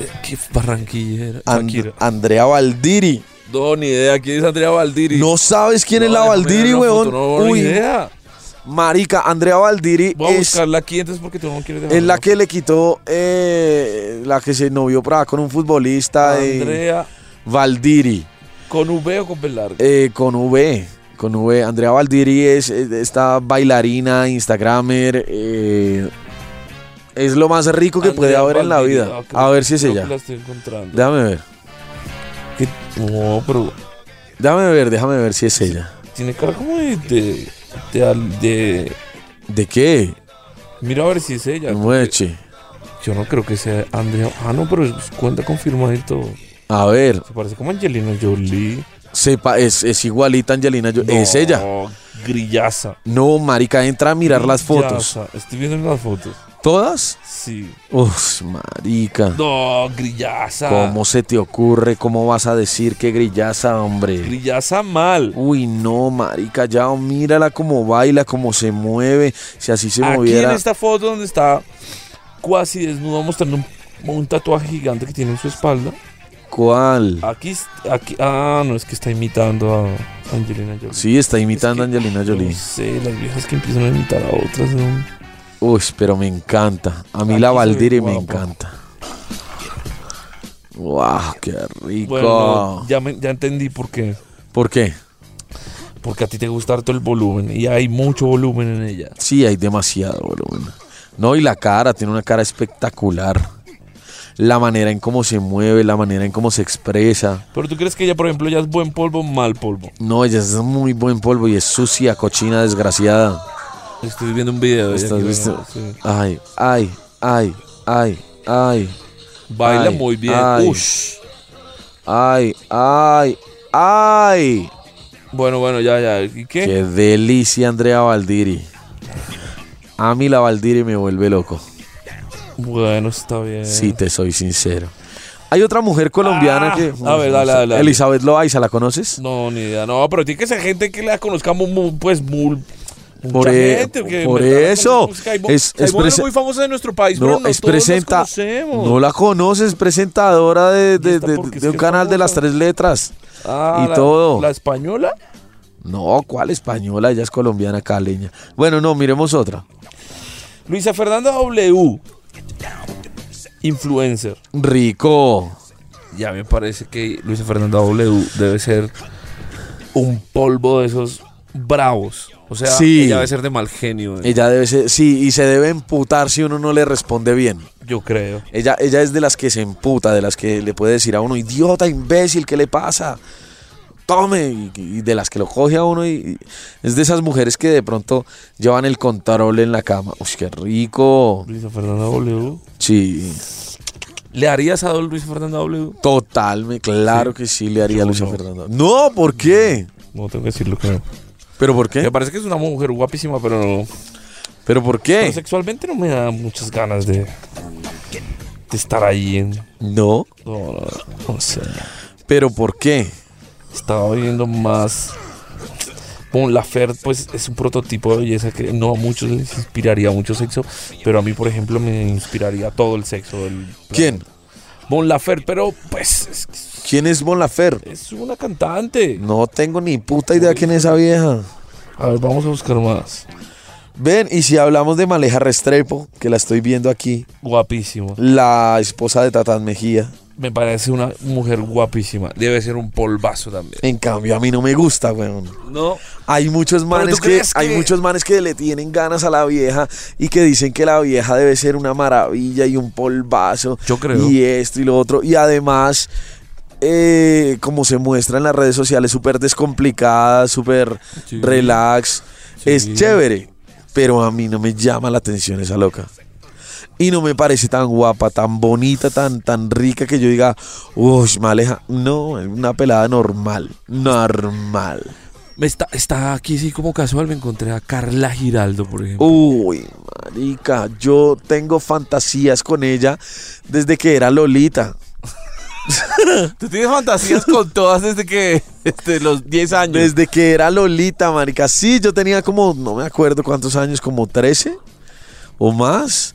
S2: Eh, Qué barranquillera.
S3: And-
S2: Shakira.
S3: Andrea Valdiri.
S2: No, ni idea. ¿Quién es Andrea Valdiri?
S3: No sabes quién es
S2: No,
S3: la
S2: déjame ver
S3: Valdiri,
S2: una
S3: weón.
S2: foto, No, ni
S3: Uy,
S2: idea.
S3: Marica, Andrea Valdiri
S2: Voy a
S3: es,
S2: buscarla aquí entonces porque tú no quieres dejar.
S3: es la que le quitó, eh, la que se novió por acá con un futbolista de
S2: Andrea
S3: Valdiri,
S2: con V o con B larga.
S3: eh, con V. Con V. Andrea Valdiri es eh, esta bailarina, Instagramer. eh, es lo más rico que puede
S2: Andrea
S3: haber en la
S2: Valdini,
S3: vida.
S2: ah, creo-
S3: A ver si es
S2: creo
S3: ella.
S2: que la estoy encontrando.
S3: Déjame ver.
S2: Que- No, pero
S3: Déjame ver, déjame ver si es ella.
S2: tiene cara como de, de, de al- de-
S3: ¿De qué?
S2: Mira a ver si es ella. porque
S3: Mueche.
S2: Yo no creo que sea Andrea. Ah, no, pero es- cuenta confirmada y todo.
S3: A ver,
S2: Se parece como Angelina Jolie.
S3: sepa, es, es igualita Angelina Jolie. Es
S2: No,
S3: ella.
S2: Grillaza.
S3: No, marica, entra a mirar las fotos.
S2: Grillaza. Estoy viendo las fotos.
S3: ¿Todas?
S2: Sí.
S3: Uf, marica.
S2: No, grillaza.
S3: ¿Cómo se te ocurre? ¿Cómo vas a decir que grillaza, hombre?
S2: Grillaza mal.
S3: Uy, no, marica, ya mírala cómo baila, cómo se mueve. Si así se
S2: Aquí en
S3: moviera.
S2: esta foto donde está cuasi desnudo mostrando un, un tatuaje gigante que tiene en su espalda.
S3: ¿Cuál?
S2: Aquí, es- aquí, ah, no, es que está imitando a Angelina Jolie.
S3: Sí, está imitando a
S2: Es que-
S3: Angelina Jolie.
S2: No sé, las viejas que empiezan a imitar a otras. ¿no?
S3: Uy, pero me encanta. A mí
S2: Aquí
S3: la
S2: se ve
S3: Valdiri me
S2: guapa.
S3: encanta. ¡Wow! ¡Qué rico!
S2: Bueno, no, ya, me- ya entendí por qué.
S3: ¿Por qué?
S2: Porque a ti te gusta harto el volumen y hay mucho volumen en ella.
S3: Sí, hay demasiado volumen. No, y la cara, tiene una cara espectacular. La manera en cómo se mueve, la manera en cómo se expresa.
S2: Pero tú crees que ella, por ejemplo, ya es buen polvo o mal polvo.
S3: No, ella es muy buen polvo y es sucia, cochina, desgraciada.
S2: Estoy viendo un video de ella.
S3: ¿Estás
S2: que,
S3: visto?
S2: sí.
S3: Ay, ay, ay, ay, ay,
S2: Baila
S3: Ay,
S2: muy bien.
S3: ay.
S2: Ush.
S3: ay, ay, ay.
S2: Bueno, bueno, ya, ya. ¿Y qué?
S3: Qué delicia, Andrea Valdiri. A mí la Valdiri me vuelve loco,
S2: Bueno, está bien.
S3: si te soy sincero. Hay otra mujer colombiana
S2: Ah,
S3: que.
S2: a ver, dale, dale, dale.
S3: Elizabeth Loaiza, ¿la conoces?
S2: No, ni idea. No, pero tiene que ser gente que la conozcamos muy, pues, muy.
S3: Por e- por eso. Es-
S2: Es,
S3: es prese-
S2: muy famosa de nuestro país,
S3: No,
S2: pero no
S3: es
S2: todos nos
S3: presenta.
S2: conocemos.
S3: No la conoces, presentadora de, de-
S2: esta
S3: de-
S2: porque es
S3: de un
S2: que es
S3: canal de las
S2: famosa.
S3: tres letras.
S2: Ah,
S3: y
S2: la-
S3: todo.
S2: La española.
S3: No, ¿cuál española? Ella es colombiana, caleña. Bueno, no, miremos otra.
S2: Luisa Fernanda W. Influencer.
S3: Rico.
S2: Ya me parece que Luisa Fernanda W debe ser un polvo de esos bravos. O sea,
S3: Sí.
S2: ella debe ser de mal genio. eh,
S3: Ella debe ser. Sí, y se debe emputar si uno no le responde bien.
S2: Yo creo.
S3: Ella, ella es de las que se emputa, de las que le puede decir a uno, idiota, imbécil, ¿qué le pasa? Tome, y, y de las que lo coge a uno. Y, y- es de esas mujeres que de pronto llevan el control en la cama. Uy, qué rico.
S2: Luisa Fernanda W.
S3: Sí.
S2: ¿Le harías a Luisa Fernanda W?
S3: Total, me- claro que sí le haría a
S2: Yo
S3: Luisa
S2: no.
S3: Fernanda. No, ¿por qué?
S2: No tengo que decirlo, creo.
S3: ¿Pero por qué?
S2: Me parece que es una mujer guapísima, pero no.
S3: ¿Pero por
S2: Pero
S3: qué?
S2: sexualmente no me da muchas ganas de. de estar ahí en.
S3: No,
S2: No, no, no sé.
S3: pero ¿por qué?
S2: Estaba viendo más. Como la Fer, pues es un prototipo de belleza que no a muchos les inspiraría mucho sexo, pero a mí, por ejemplo, me inspiraría todo el sexo del.
S3: ¿Quién?
S2: Bon Lafer, pero pues es,
S3: ¿Quién es Mon Lafer?
S2: es una cantante.
S3: No tengo ni puta idea quién es esa vieja.
S2: A ver, vamos a buscar más.
S3: Ven, y si hablamos de Maleja Restrepo, que la estoy viendo aquí,
S2: Guapísima.
S3: la esposa de Tatán Mejía.
S2: Me parece una mujer guapísima. Debe ser un polvazo también.
S3: En cambio, a mí no me gusta, weón.
S2: No.
S3: Hay muchos manes
S2: tú
S3: que,
S2: crees
S3: hay
S2: que-
S3: muchos manes que le tienen ganas a la vieja y que dicen que la vieja debe ser una maravilla y un polvazo
S2: Yo creo.
S3: y esto y lo otro y además eh, como se muestra en las redes sociales súper descomplicada, súper
S2: Sí.
S3: relax,
S2: Sí.
S3: es chévere, pero a mí no me llama la atención esa loca. Y no me parece tan guapa, tan bonita, tan, tan rica que yo diga, uy, maleja. No, es una pelada normal, normal.
S2: Me está, está aquí sí como casual. Me encontré a Carla Giraldo, por ejemplo.
S3: Uy, marica, yo tengo fantasías con ella desde que era Lolita.
S2: Uh, Tú tienes (laughs) fantasías con todas desde que desde los 10 años.
S3: Desde que era Lolita, marica. Sí, yo tenía como, no me acuerdo cuántos años, como 13 o más.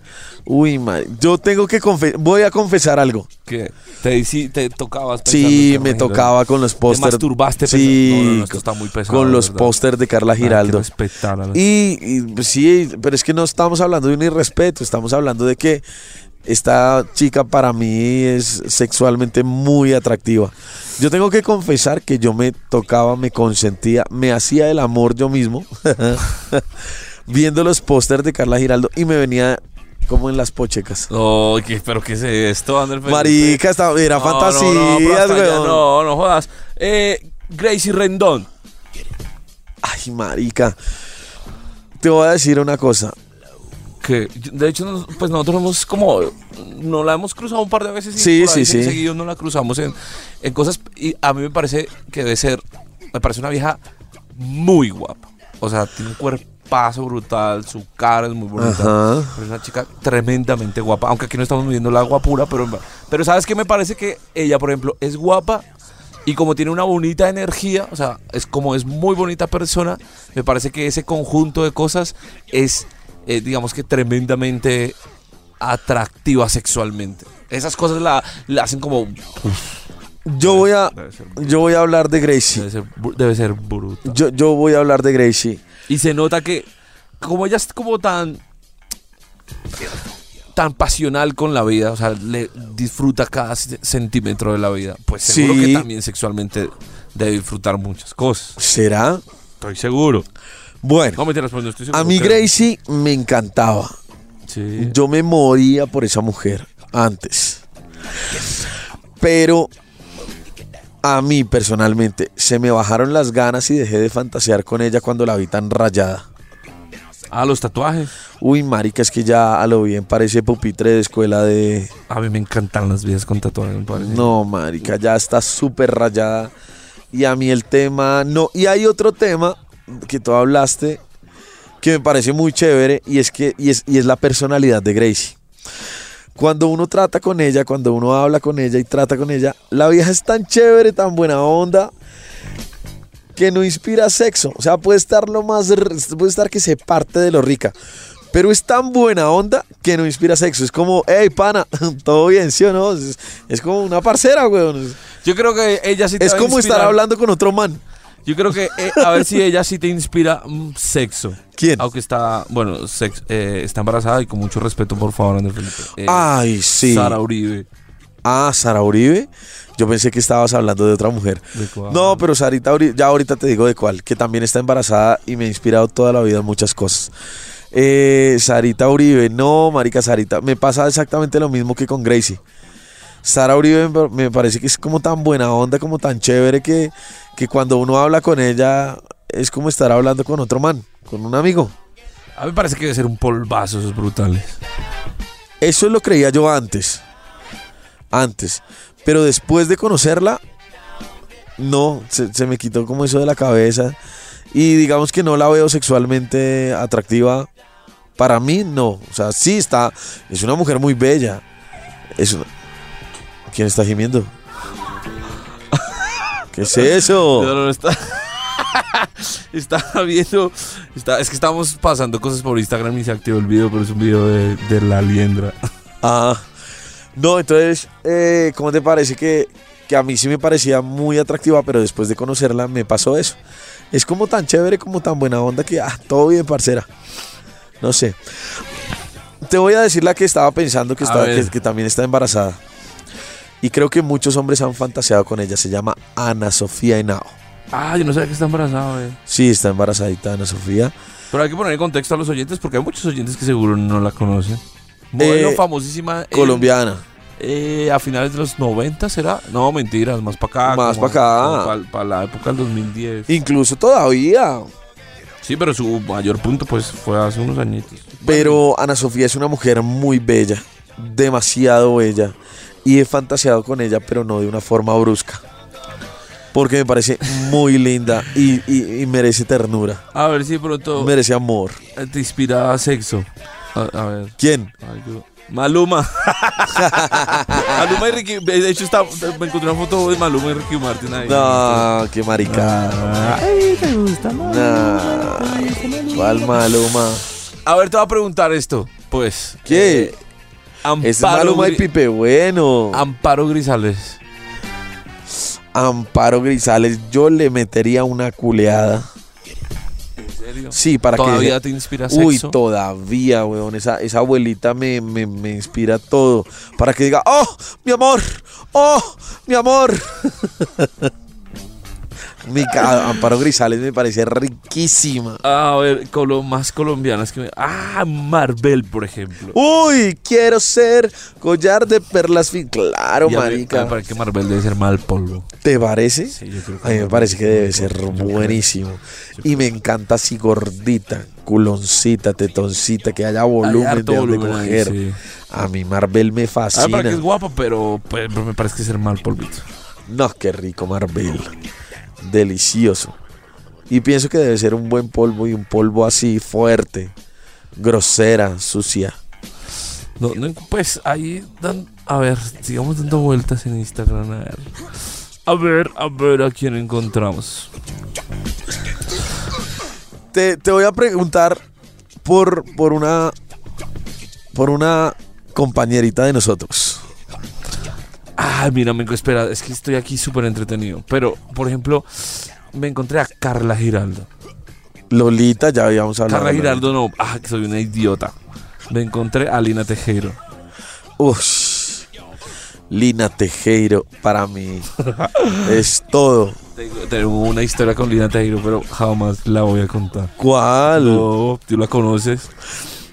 S3: Uy, ma- yo tengo que confesar, voy a confesar algo.
S2: ¿Qué? Te, hici- te tocabas pensando,
S3: Sí,
S2: te
S3: me
S2: imagino.
S3: tocaba con los pósters.
S2: masturbaste
S3: Sí,
S2: pensando- no, no, no, esto está muy pesado,
S3: Con
S2: de
S3: los
S2: verdad.
S3: pósters de Carla
S2: Hay que
S3: Giraldo.
S2: Ah, respetar a la-
S3: Y, y, pues, sí, pero es que no estamos hablando de un irrespeto, estamos hablando de que esta chica para mí es sexualmente muy atractiva. Yo tengo que confesar que yo me tocaba, me consentía, me hacía el amor yo mismo, (laughs) viendo los pósters de Carla Giraldo y me venía como en las pochecas.
S2: No, ¿qué- pero ¿qué es esto, Ander Felipe?
S3: Marica, estaba, era
S2: No,
S3: fantasía,
S2: no, no, pero hasta allá
S3: weón.
S2: no, no jodas. Eh, Gracie Rendón.
S3: Ay, marica. Te voy a decir una cosa.
S2: Que de hecho, nos- pues nosotros hemos como. No la hemos cruzado un par de veces. y
S3: Sí,
S2: por ahí
S3: sí, sí.
S2: Seguido no la cruzamos en, en cosas. Y a mí me parece que debe ser. Me parece una vieja muy guapa. O sea, tiene un cuerpazo brutal. Su cara es muy bonita.
S3: Ajá.
S2: Pero es una chica tremendamente guapa. Aunque aquí no estamos midiendo la guapura, pero. Pero ¿sabes qué? Me parece que ella, por ejemplo, es guapa. Y como tiene una bonita energía, o sea, es como es muy bonita persona, me parece que ese conjunto de cosas es, eh, digamos que tremendamente atractiva sexualmente. Esas cosas la, la hacen como...
S3: Yo voy a,
S2: Debe ser-
S3: yo voy a hablar de Gracie.
S2: Debe ser, bru- debe ser bruta.
S3: Yo, yo voy a hablar de Gracie.
S2: Y se nota que como ella es como tan tan pasional con la vida, o sea, le disfruta cada c- centímetro de la vida, pues seguro
S3: Sí.
S2: que también sexualmente debe disfrutar muchas cosas.
S3: ¿Será?
S2: Estoy seguro.
S3: Bueno,
S2: No me tienes estoy seguro.
S3: a mí
S2: que-
S3: Gracie me encantaba.
S2: Sí.
S3: Yo me moría por esa mujer antes. Pero a mí personalmente se me bajaron las ganas y dejé de fantasear con ella cuando la vi tan rayada.
S2: Ah, los tatuajes.
S3: Uy, marica, es que ya a lo bien parece pupitre de escuela de,
S2: A mí me encantan las vidas con tatuajes, me parece.
S3: No, marica, ya está súper rayada. Y a mí el tema, no. Y hay otro tema que tú hablaste que me parece muy chévere y es que y es, y es la personalidad de Gracie. Cuando uno trata con ella, cuando uno habla con ella y trata con ella, la vieja es tan chévere, tan buena onda que no inspira sexo. O sea, puede estar lo más r- puede estar que se parte de lo rica. Pero es tan buena onda que no inspira sexo. Es como, hey, pana, (laughs) todo bien, ¿sí o no? Es, es como una parcera, weón.
S2: Yo creo que ella sí te
S3: Es
S2: va a
S3: como estar
S2: inspirar.
S3: hablando con otro man.
S2: Yo creo que eh, a ver si ella sí te inspira mm, sexo.
S3: ¿Quién?
S2: Aunque está, bueno, sex- eh, está embarazada y con mucho respeto, por favor, Andrés Felipe. Eh,
S3: Ay, sí.
S2: Sara Uribe.
S3: Ah, Sara Uribe. Yo pensé que estabas hablando de otra mujer.
S2: ¿De cuál?
S3: No, pero Sarita, Uri- ya ahorita te digo de cuál, que también está embarazada y me ha inspirado toda la vida en muchas cosas. Eh, Sarita Uribe, no, marica Sarita, me pasa exactamente lo mismo que con Gracie. Sara Uribe me- me parece que es como tan buena onda, como tan chévere que, que cuando uno habla con ella es como estar hablando con otro man, con un amigo.
S2: A mí me parece que debe ser un polvazo esos brutales.
S3: Eso lo creía yo antes. Antes. Pero después de conocerla, no, se, se me quitó como eso de la cabeza. Y digamos que no la veo sexualmente atractiva. Para mí, no. O sea, sí está. Es una mujer muy bella. Es una- ¿Quién está gimiendo? (laughs) ¿Qué es
S2: No,
S3: eso?
S2: no, no, está... (laughs) está viendo... Está... Es que estamos pasando cosas por Instagram y se activó el video, pero es un video de, de la liendra.
S3: Ah. No, entonces, eh, ¿cómo te parece que, que a mí sí me parecía muy atractiva, pero después de conocerla me pasó eso? Es como tan chévere, como tan buena onda que, ah, todo bien, parcera. No sé. Te voy a decir la que estaba pensando que,
S2: A
S3: estaba-
S2: ver.
S3: que, que también está embarazada. Y creo que muchos hombres han fantaseado con ella. Se llama Ana Sofía Henao.
S2: (laughs) Ah, yo no sabía que está embarazada, eh.
S3: Sí, está embarazadita Ana Sofía.
S2: Pero hay que poner en contexto a los oyentes porque hay muchos oyentes que seguro no la conocen. Modelo
S3: Eh,
S2: famosísima. en-
S3: Colombiana.
S2: eh, a finales de los 90 será. No, mentiras, más para acá.
S3: Más pa' acá.
S2: Para la época del 2010.
S3: Incluso todavía.
S2: Sí, pero su mayor punto pues fue hace unos añitos.
S3: Pero Ana Sofía es una mujer muy bella, demasiado bella. Y he fantaseado con ella, pero no de una forma brusca. Porque me parece muy linda y, y- y merece ternura,
S2: A ver si de pronto
S3: merece amor.
S2: eh, te inspira a sexo. A, a ver.
S3: ¿Quién?
S2: algo. Maluma. (laughs) Maluma y Ricky. De hecho, está, me encontré una foto de Maluma y Ricky Martin ahí.
S3: No, qué marica.
S2: Ay, te gusta, Maluma.
S3: No. ¿Cuál Maluma?
S2: A ver, te voy a preguntar esto. Pues.
S3: ¿Qué?
S2: eh, Ah. Amparo,
S3: Es Maluma y
S2: Gri-
S3: Pipe Bueno.
S2: Amparo Grisales.
S3: Amparo Grisales, yo le metería una culeada.
S2: ¿En serio?
S3: Sí, para
S2: ¿Todavía
S3: que...
S2: te inspira sexo?
S3: Uy, todavía, weón. Esa, esa abuelita me, me, me inspira todo. Para que diga, oh, mi amor, oh, mi amor. (laughs) Mi ca- Amparo Grisales me parece riquísima.
S2: Ah, A ver, colo- más colombianas que me... Ah, Marvel, por ejemplo.
S3: Uy, quiero ser collar de perlas. fin- Claro,
S2: Y a mí-
S3: marica.
S2: ah, para que Marvel debe ser mal polvo.
S3: ¿Te parece?
S2: Sí, yo creo que
S3: A mí me
S2: Marvel
S3: parece que
S2: es
S3: debe
S2: mal
S3: ser
S2: polvo. Yo creo-
S3: buenísimo. Y me encanta así gordita, culoncita, tetoncita, que haya volumen
S2: harto
S3: de donde
S2: volumen ahí,
S3: coger.
S2: sí.
S3: A mí Marvel me
S2: Ah, para que es
S3: fascina.
S2: guapa, pero pues, pero me parece que es ser mal polvito.
S3: No, qué rico Marvel. Delicioso. Y pienso que debe ser un buen polvo y un polvo así fuerte, grosera, sucia.
S2: No, no, pues ahí dan, a ver, sigamos dando vueltas en Instagram, a ver. A ver, a ver a quién encontramos.
S3: Te, te voy a preguntar por, por una. Por una compañerita de nosotros.
S2: Ah, mira, me espera, es que estoy aquí súper entretenido. Pero, por ejemplo, me encontré a Carla Giraldo.
S3: Lolita, ya habíamos hablado.
S2: Carla
S3: de Lolita.
S2: Giraldo no, ah, que soy una idiota. Me encontré a Lina Tejero.
S3: Ush. Lina Tejero para mí es todo.
S2: Tengo, tengo una historia con Lina Tejero, pero jamás la voy a contar.
S3: ¿Cuál?
S2: No, tú la conoces.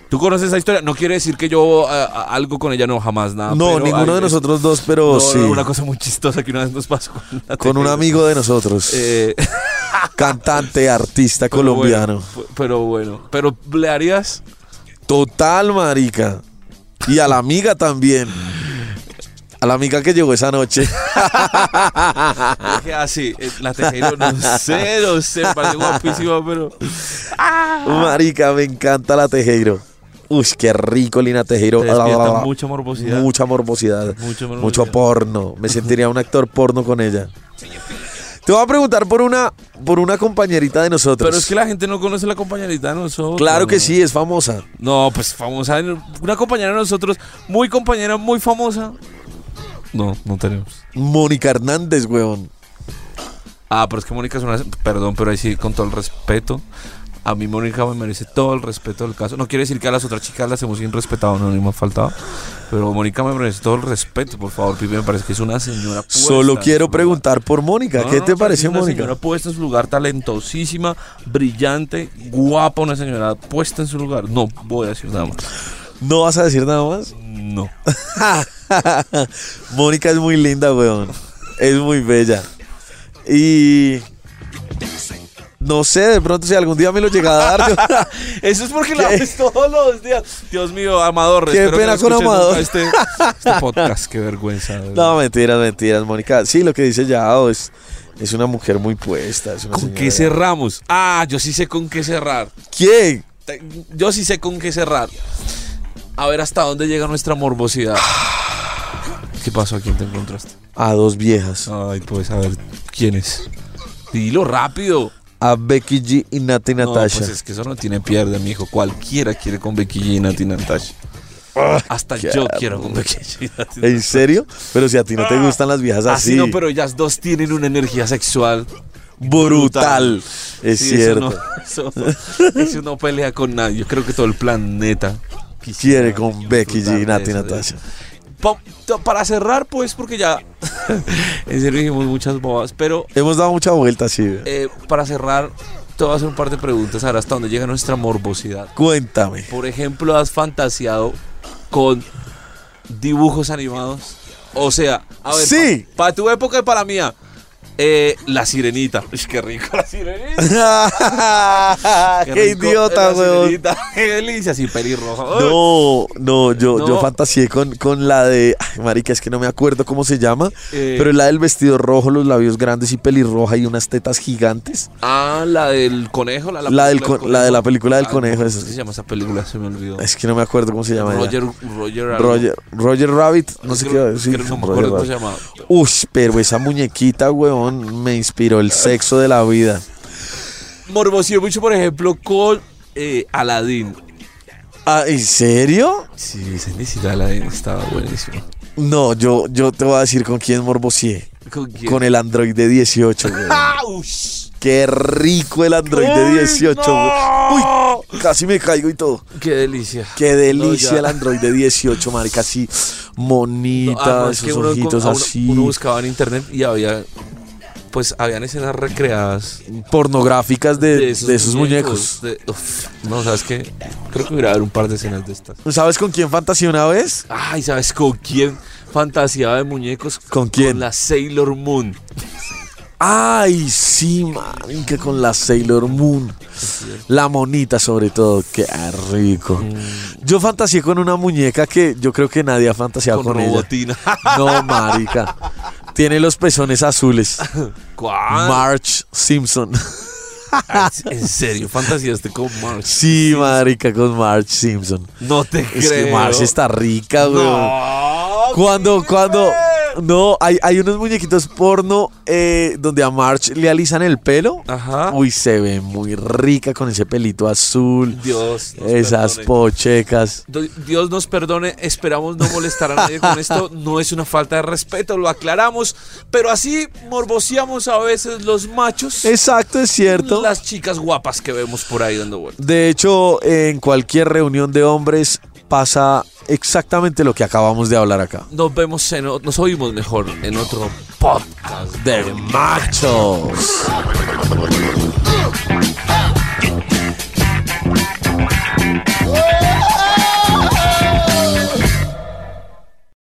S2: Tú conoces esa historia. No quiere decir que yo a- a- algo con ella no, jamás nada.
S3: No,
S2: pero
S3: ninguno
S2: hay-
S3: de nosotros dos, pero
S2: No,
S3: sí.
S2: no, Una cosa muy chistosa que una vez nos pasó con, la
S3: con un
S2: tele.
S3: amigo de nosotros,
S2: (laughs) Eh, (laughs)
S3: cantante, artista
S2: pero
S3: colombiano.
S2: bueno, fu- pero bueno, pero le harías.
S3: Total, marica. Y a la amiga también. A la amiga que llegó esa noche.
S2: Dije, ah, sí, eh, la tejero, no sé, no sé, me parece guapísima, pero.
S3: Marica, me encanta la Tejero. Uy, qué rico Lina Ah, Tejero.
S2: Te despierta
S3: Mucha
S2: mucha morbosidad.
S3: Mucha morbosidad.
S2: Mucho morbosidad.
S3: Mucho porno. Me sentiría un actor porno con ella. Te voy a preguntar por una, por una compañerita de nosotros.
S2: Pero es que la gente no conoce la compañerita de nosotros.
S3: Claro que
S2: ¿no?
S3: sí, es famosa.
S2: No, pues famosa. Una compañera de nosotros, muy compañera, muy famosa. No, no tenemos.
S3: Mónica Hernández, weón.
S2: Ah, pero es que Mónica es una. Perdón, pero ahí sí, con todo el respeto. A mí Mónica me merece todo el respeto del caso. No quiere decir que a las otras chicas las hemos irrespetado, no, ni me ha faltado. Pero Mónica me merece todo el respeto, por favor, Pipe. Me parece que es una señora puesta.
S3: Solo
S2: en su
S3: quiero
S2: lugar.
S3: preguntar por Mónica.
S2: No,
S3: ¿Qué
S2: no,
S3: te
S2: no,
S3: pareció,
S2: una
S3: Mónica?
S2: señora puesta en su lugar, talentosísima, brillante, guapa, una señora puesta en su lugar. No voy a decir nada más.
S3: ¿No vas a decir nada más?
S2: No.
S3: (laughs) Mónica es muy linda, weón. Es muy bella. Y. No sé, de pronto si algún día me lo llega a dar. yo- (laughs)
S2: Eso es porque la
S3: ¿Qué?
S2: ves todos los días. Dios mío, Amador.
S3: Qué
S2: espero que
S3: pena
S2: no
S3: con
S2: escuches
S3: Amador.
S2: nunca Este, (laughs) este podcast, qué vergüenza. de
S3: No,
S2: verdad.
S3: mentiras, mentiras, Mónica. Sí, lo que dice Yao es, es una mujer muy puesta. Es una
S2: ¿Con
S3: señora.
S2: qué cerramos? Ah, yo sí sé con qué cerrar.
S3: ¿Quién?
S2: Te- Yo sí sé con qué cerrar. A ver hasta dónde llega nuestra morbosidad. (sighs) ¿Qué pasó? ¿A quién te encontraste?
S3: A dos viejas.
S2: Ay, pues a ver, ¿quién es? Dilo rápido.
S3: A Becky G y Nati
S2: No,
S3: Natasha.
S2: pues es que eso no tiene pierde, mijo. Cualquiera quiere con Becky G y Nati Natasha. Hasta
S3: qué
S2: yo quiero con Becky G y Nati
S3: ¿En serio? Pero si a ti no te gustan las viejas así.
S2: Así Ah, no, pero ellas dos tienen una energía sexual.
S3: Brutal. Es
S2: Sí, eso
S3: cierto.
S2: no- Eso eso no, pelea con nadie. Yo creo que todo el planeta quisiera
S3: Quiere con Becky G y
S2: disfrutar de
S3: Nati
S2: eso,
S3: Natasha.
S2: Pa- to- Para cerrar, pues, porque ya (laughs) en serio dijimos muchas bobas, pero
S3: Hemos dado mucha vuelta, sí. ve.
S2: eh, para cerrar, te voy a hacer un par de preguntas. Ahora, ¿hasta dónde llega nuestra morbosidad?
S3: Cuéntame.
S2: Por ejemplo, ¿has fantaseado con dibujos animados? O sea, a ver,
S3: Sí.
S2: para tu época y para la mía, eh, la sirenita. Uy, qué rico la
S3: (laughs)
S2: sirenita.
S3: ¡Qué,
S2: rico
S3: idiota,
S2: la
S3: weón!
S2: sirenita. (laughs) Qué delicia, así pelirroja. Uy.
S3: No, no, yo,
S2: No.
S3: yo fantaseé con, con la de. Ay, marica, es que no me acuerdo cómo se llama.
S2: Eh.
S3: Pero la del vestido rojo, los labios grandes y pelirroja y unas tetas gigantes.
S2: Ah, la del conejo. La,
S3: La del
S2: película Ah,
S3: con- la de la película del conejo,
S2: ¿cómo
S3: esa
S2: es que
S3: sí.
S2: se llama esa película? Se me olvidó.
S3: Es que no me acuerdo cómo se llama. ella.
S2: Roger, Roger, algo.
S3: Roger, Roger Rabbit, no sé
S2: Creo-
S3: qué. sí,
S2: creo- no me
S3: Roger
S2: acuerdo cómo se
S3: Rabbit.
S2: llamaba.
S3: Ush, pero esa muñequita, weón, me inspiró el sexo de la vida.
S2: Morbosidad mucho, por ejemplo, con eh, Aladdin.
S3: Ah, ¿En serio?
S2: Sí, Vicente Citala estaba buenísimo.
S3: No, yo, yo te voy a decir con quién morbosié.
S2: ¿Con quién?
S3: (laughs) Con el Android de 18,
S2: (laughs)
S3: güey. Qué rico el Android de 18, güey. Uy, casi me caigo y todo.
S2: ¡Qué delicia!
S3: Qué delicia
S2: ya.
S3: el Android de 18, marica, así monita,
S2: Ah, no, es
S3: esos
S2: que uno, con-
S3: ojitos
S2: a uno-
S3: así,
S2: uno buscaba en internet y había. Pues habían escenas recreadas
S3: pornográficas de, de esos, muñecos.
S2: de- uf, no, ¿sabes qué? Creo que voy a ver un par de escenas de estas.
S3: ¿Sabes con quién fantaseé una vez?
S2: Ay, ¿sabes con quién fantaseaba de muñecos?
S3: ¿Con quién?
S2: Con la Sailor Moon.
S3: Ay, sí, marica, con la Sailor Moon. La monita sobre todo, qué rico.
S2: Mm.
S3: Yo fantaseé con una muñeca que yo creo que nadie ha fantaseado
S2: Con,
S3: con, ella.
S2: robotina. (laughs) Ah,
S3: No, marica. Tiene los pezones azules. Ah.
S2: ¿Cuál?
S3: Marge Simpson.
S2: en serio, fantaseaste con Marge.
S3: Sí, marica, con Marge Simpson.
S2: No te creo.
S3: Es que Marge está rica, güey.
S2: No.
S3: Cuando, cuando. No, hay, hay unos muñequitos porno eh, donde a Marge le alisan el pelo.
S2: Ajá.
S3: Uy, se ve muy rica con ese pelito azul.
S2: Dios. nos
S3: esas
S2: perdone.
S3: pochecas.
S2: Do- Dios nos perdone, esperamos no molestar a nadie con esto, no es una falta de respeto, lo aclaramos, pero así morboseamos a veces los machos,
S3: Exacto, es cierto.
S2: las chicas guapas que vemos por ahí dando vueltas.
S3: De hecho, en cualquier reunión de hombres pasa exactamente lo que acabamos de hablar acá.
S2: Nos vemos, en, o- nos oímos mejor en otro podcast.
S3: De machos.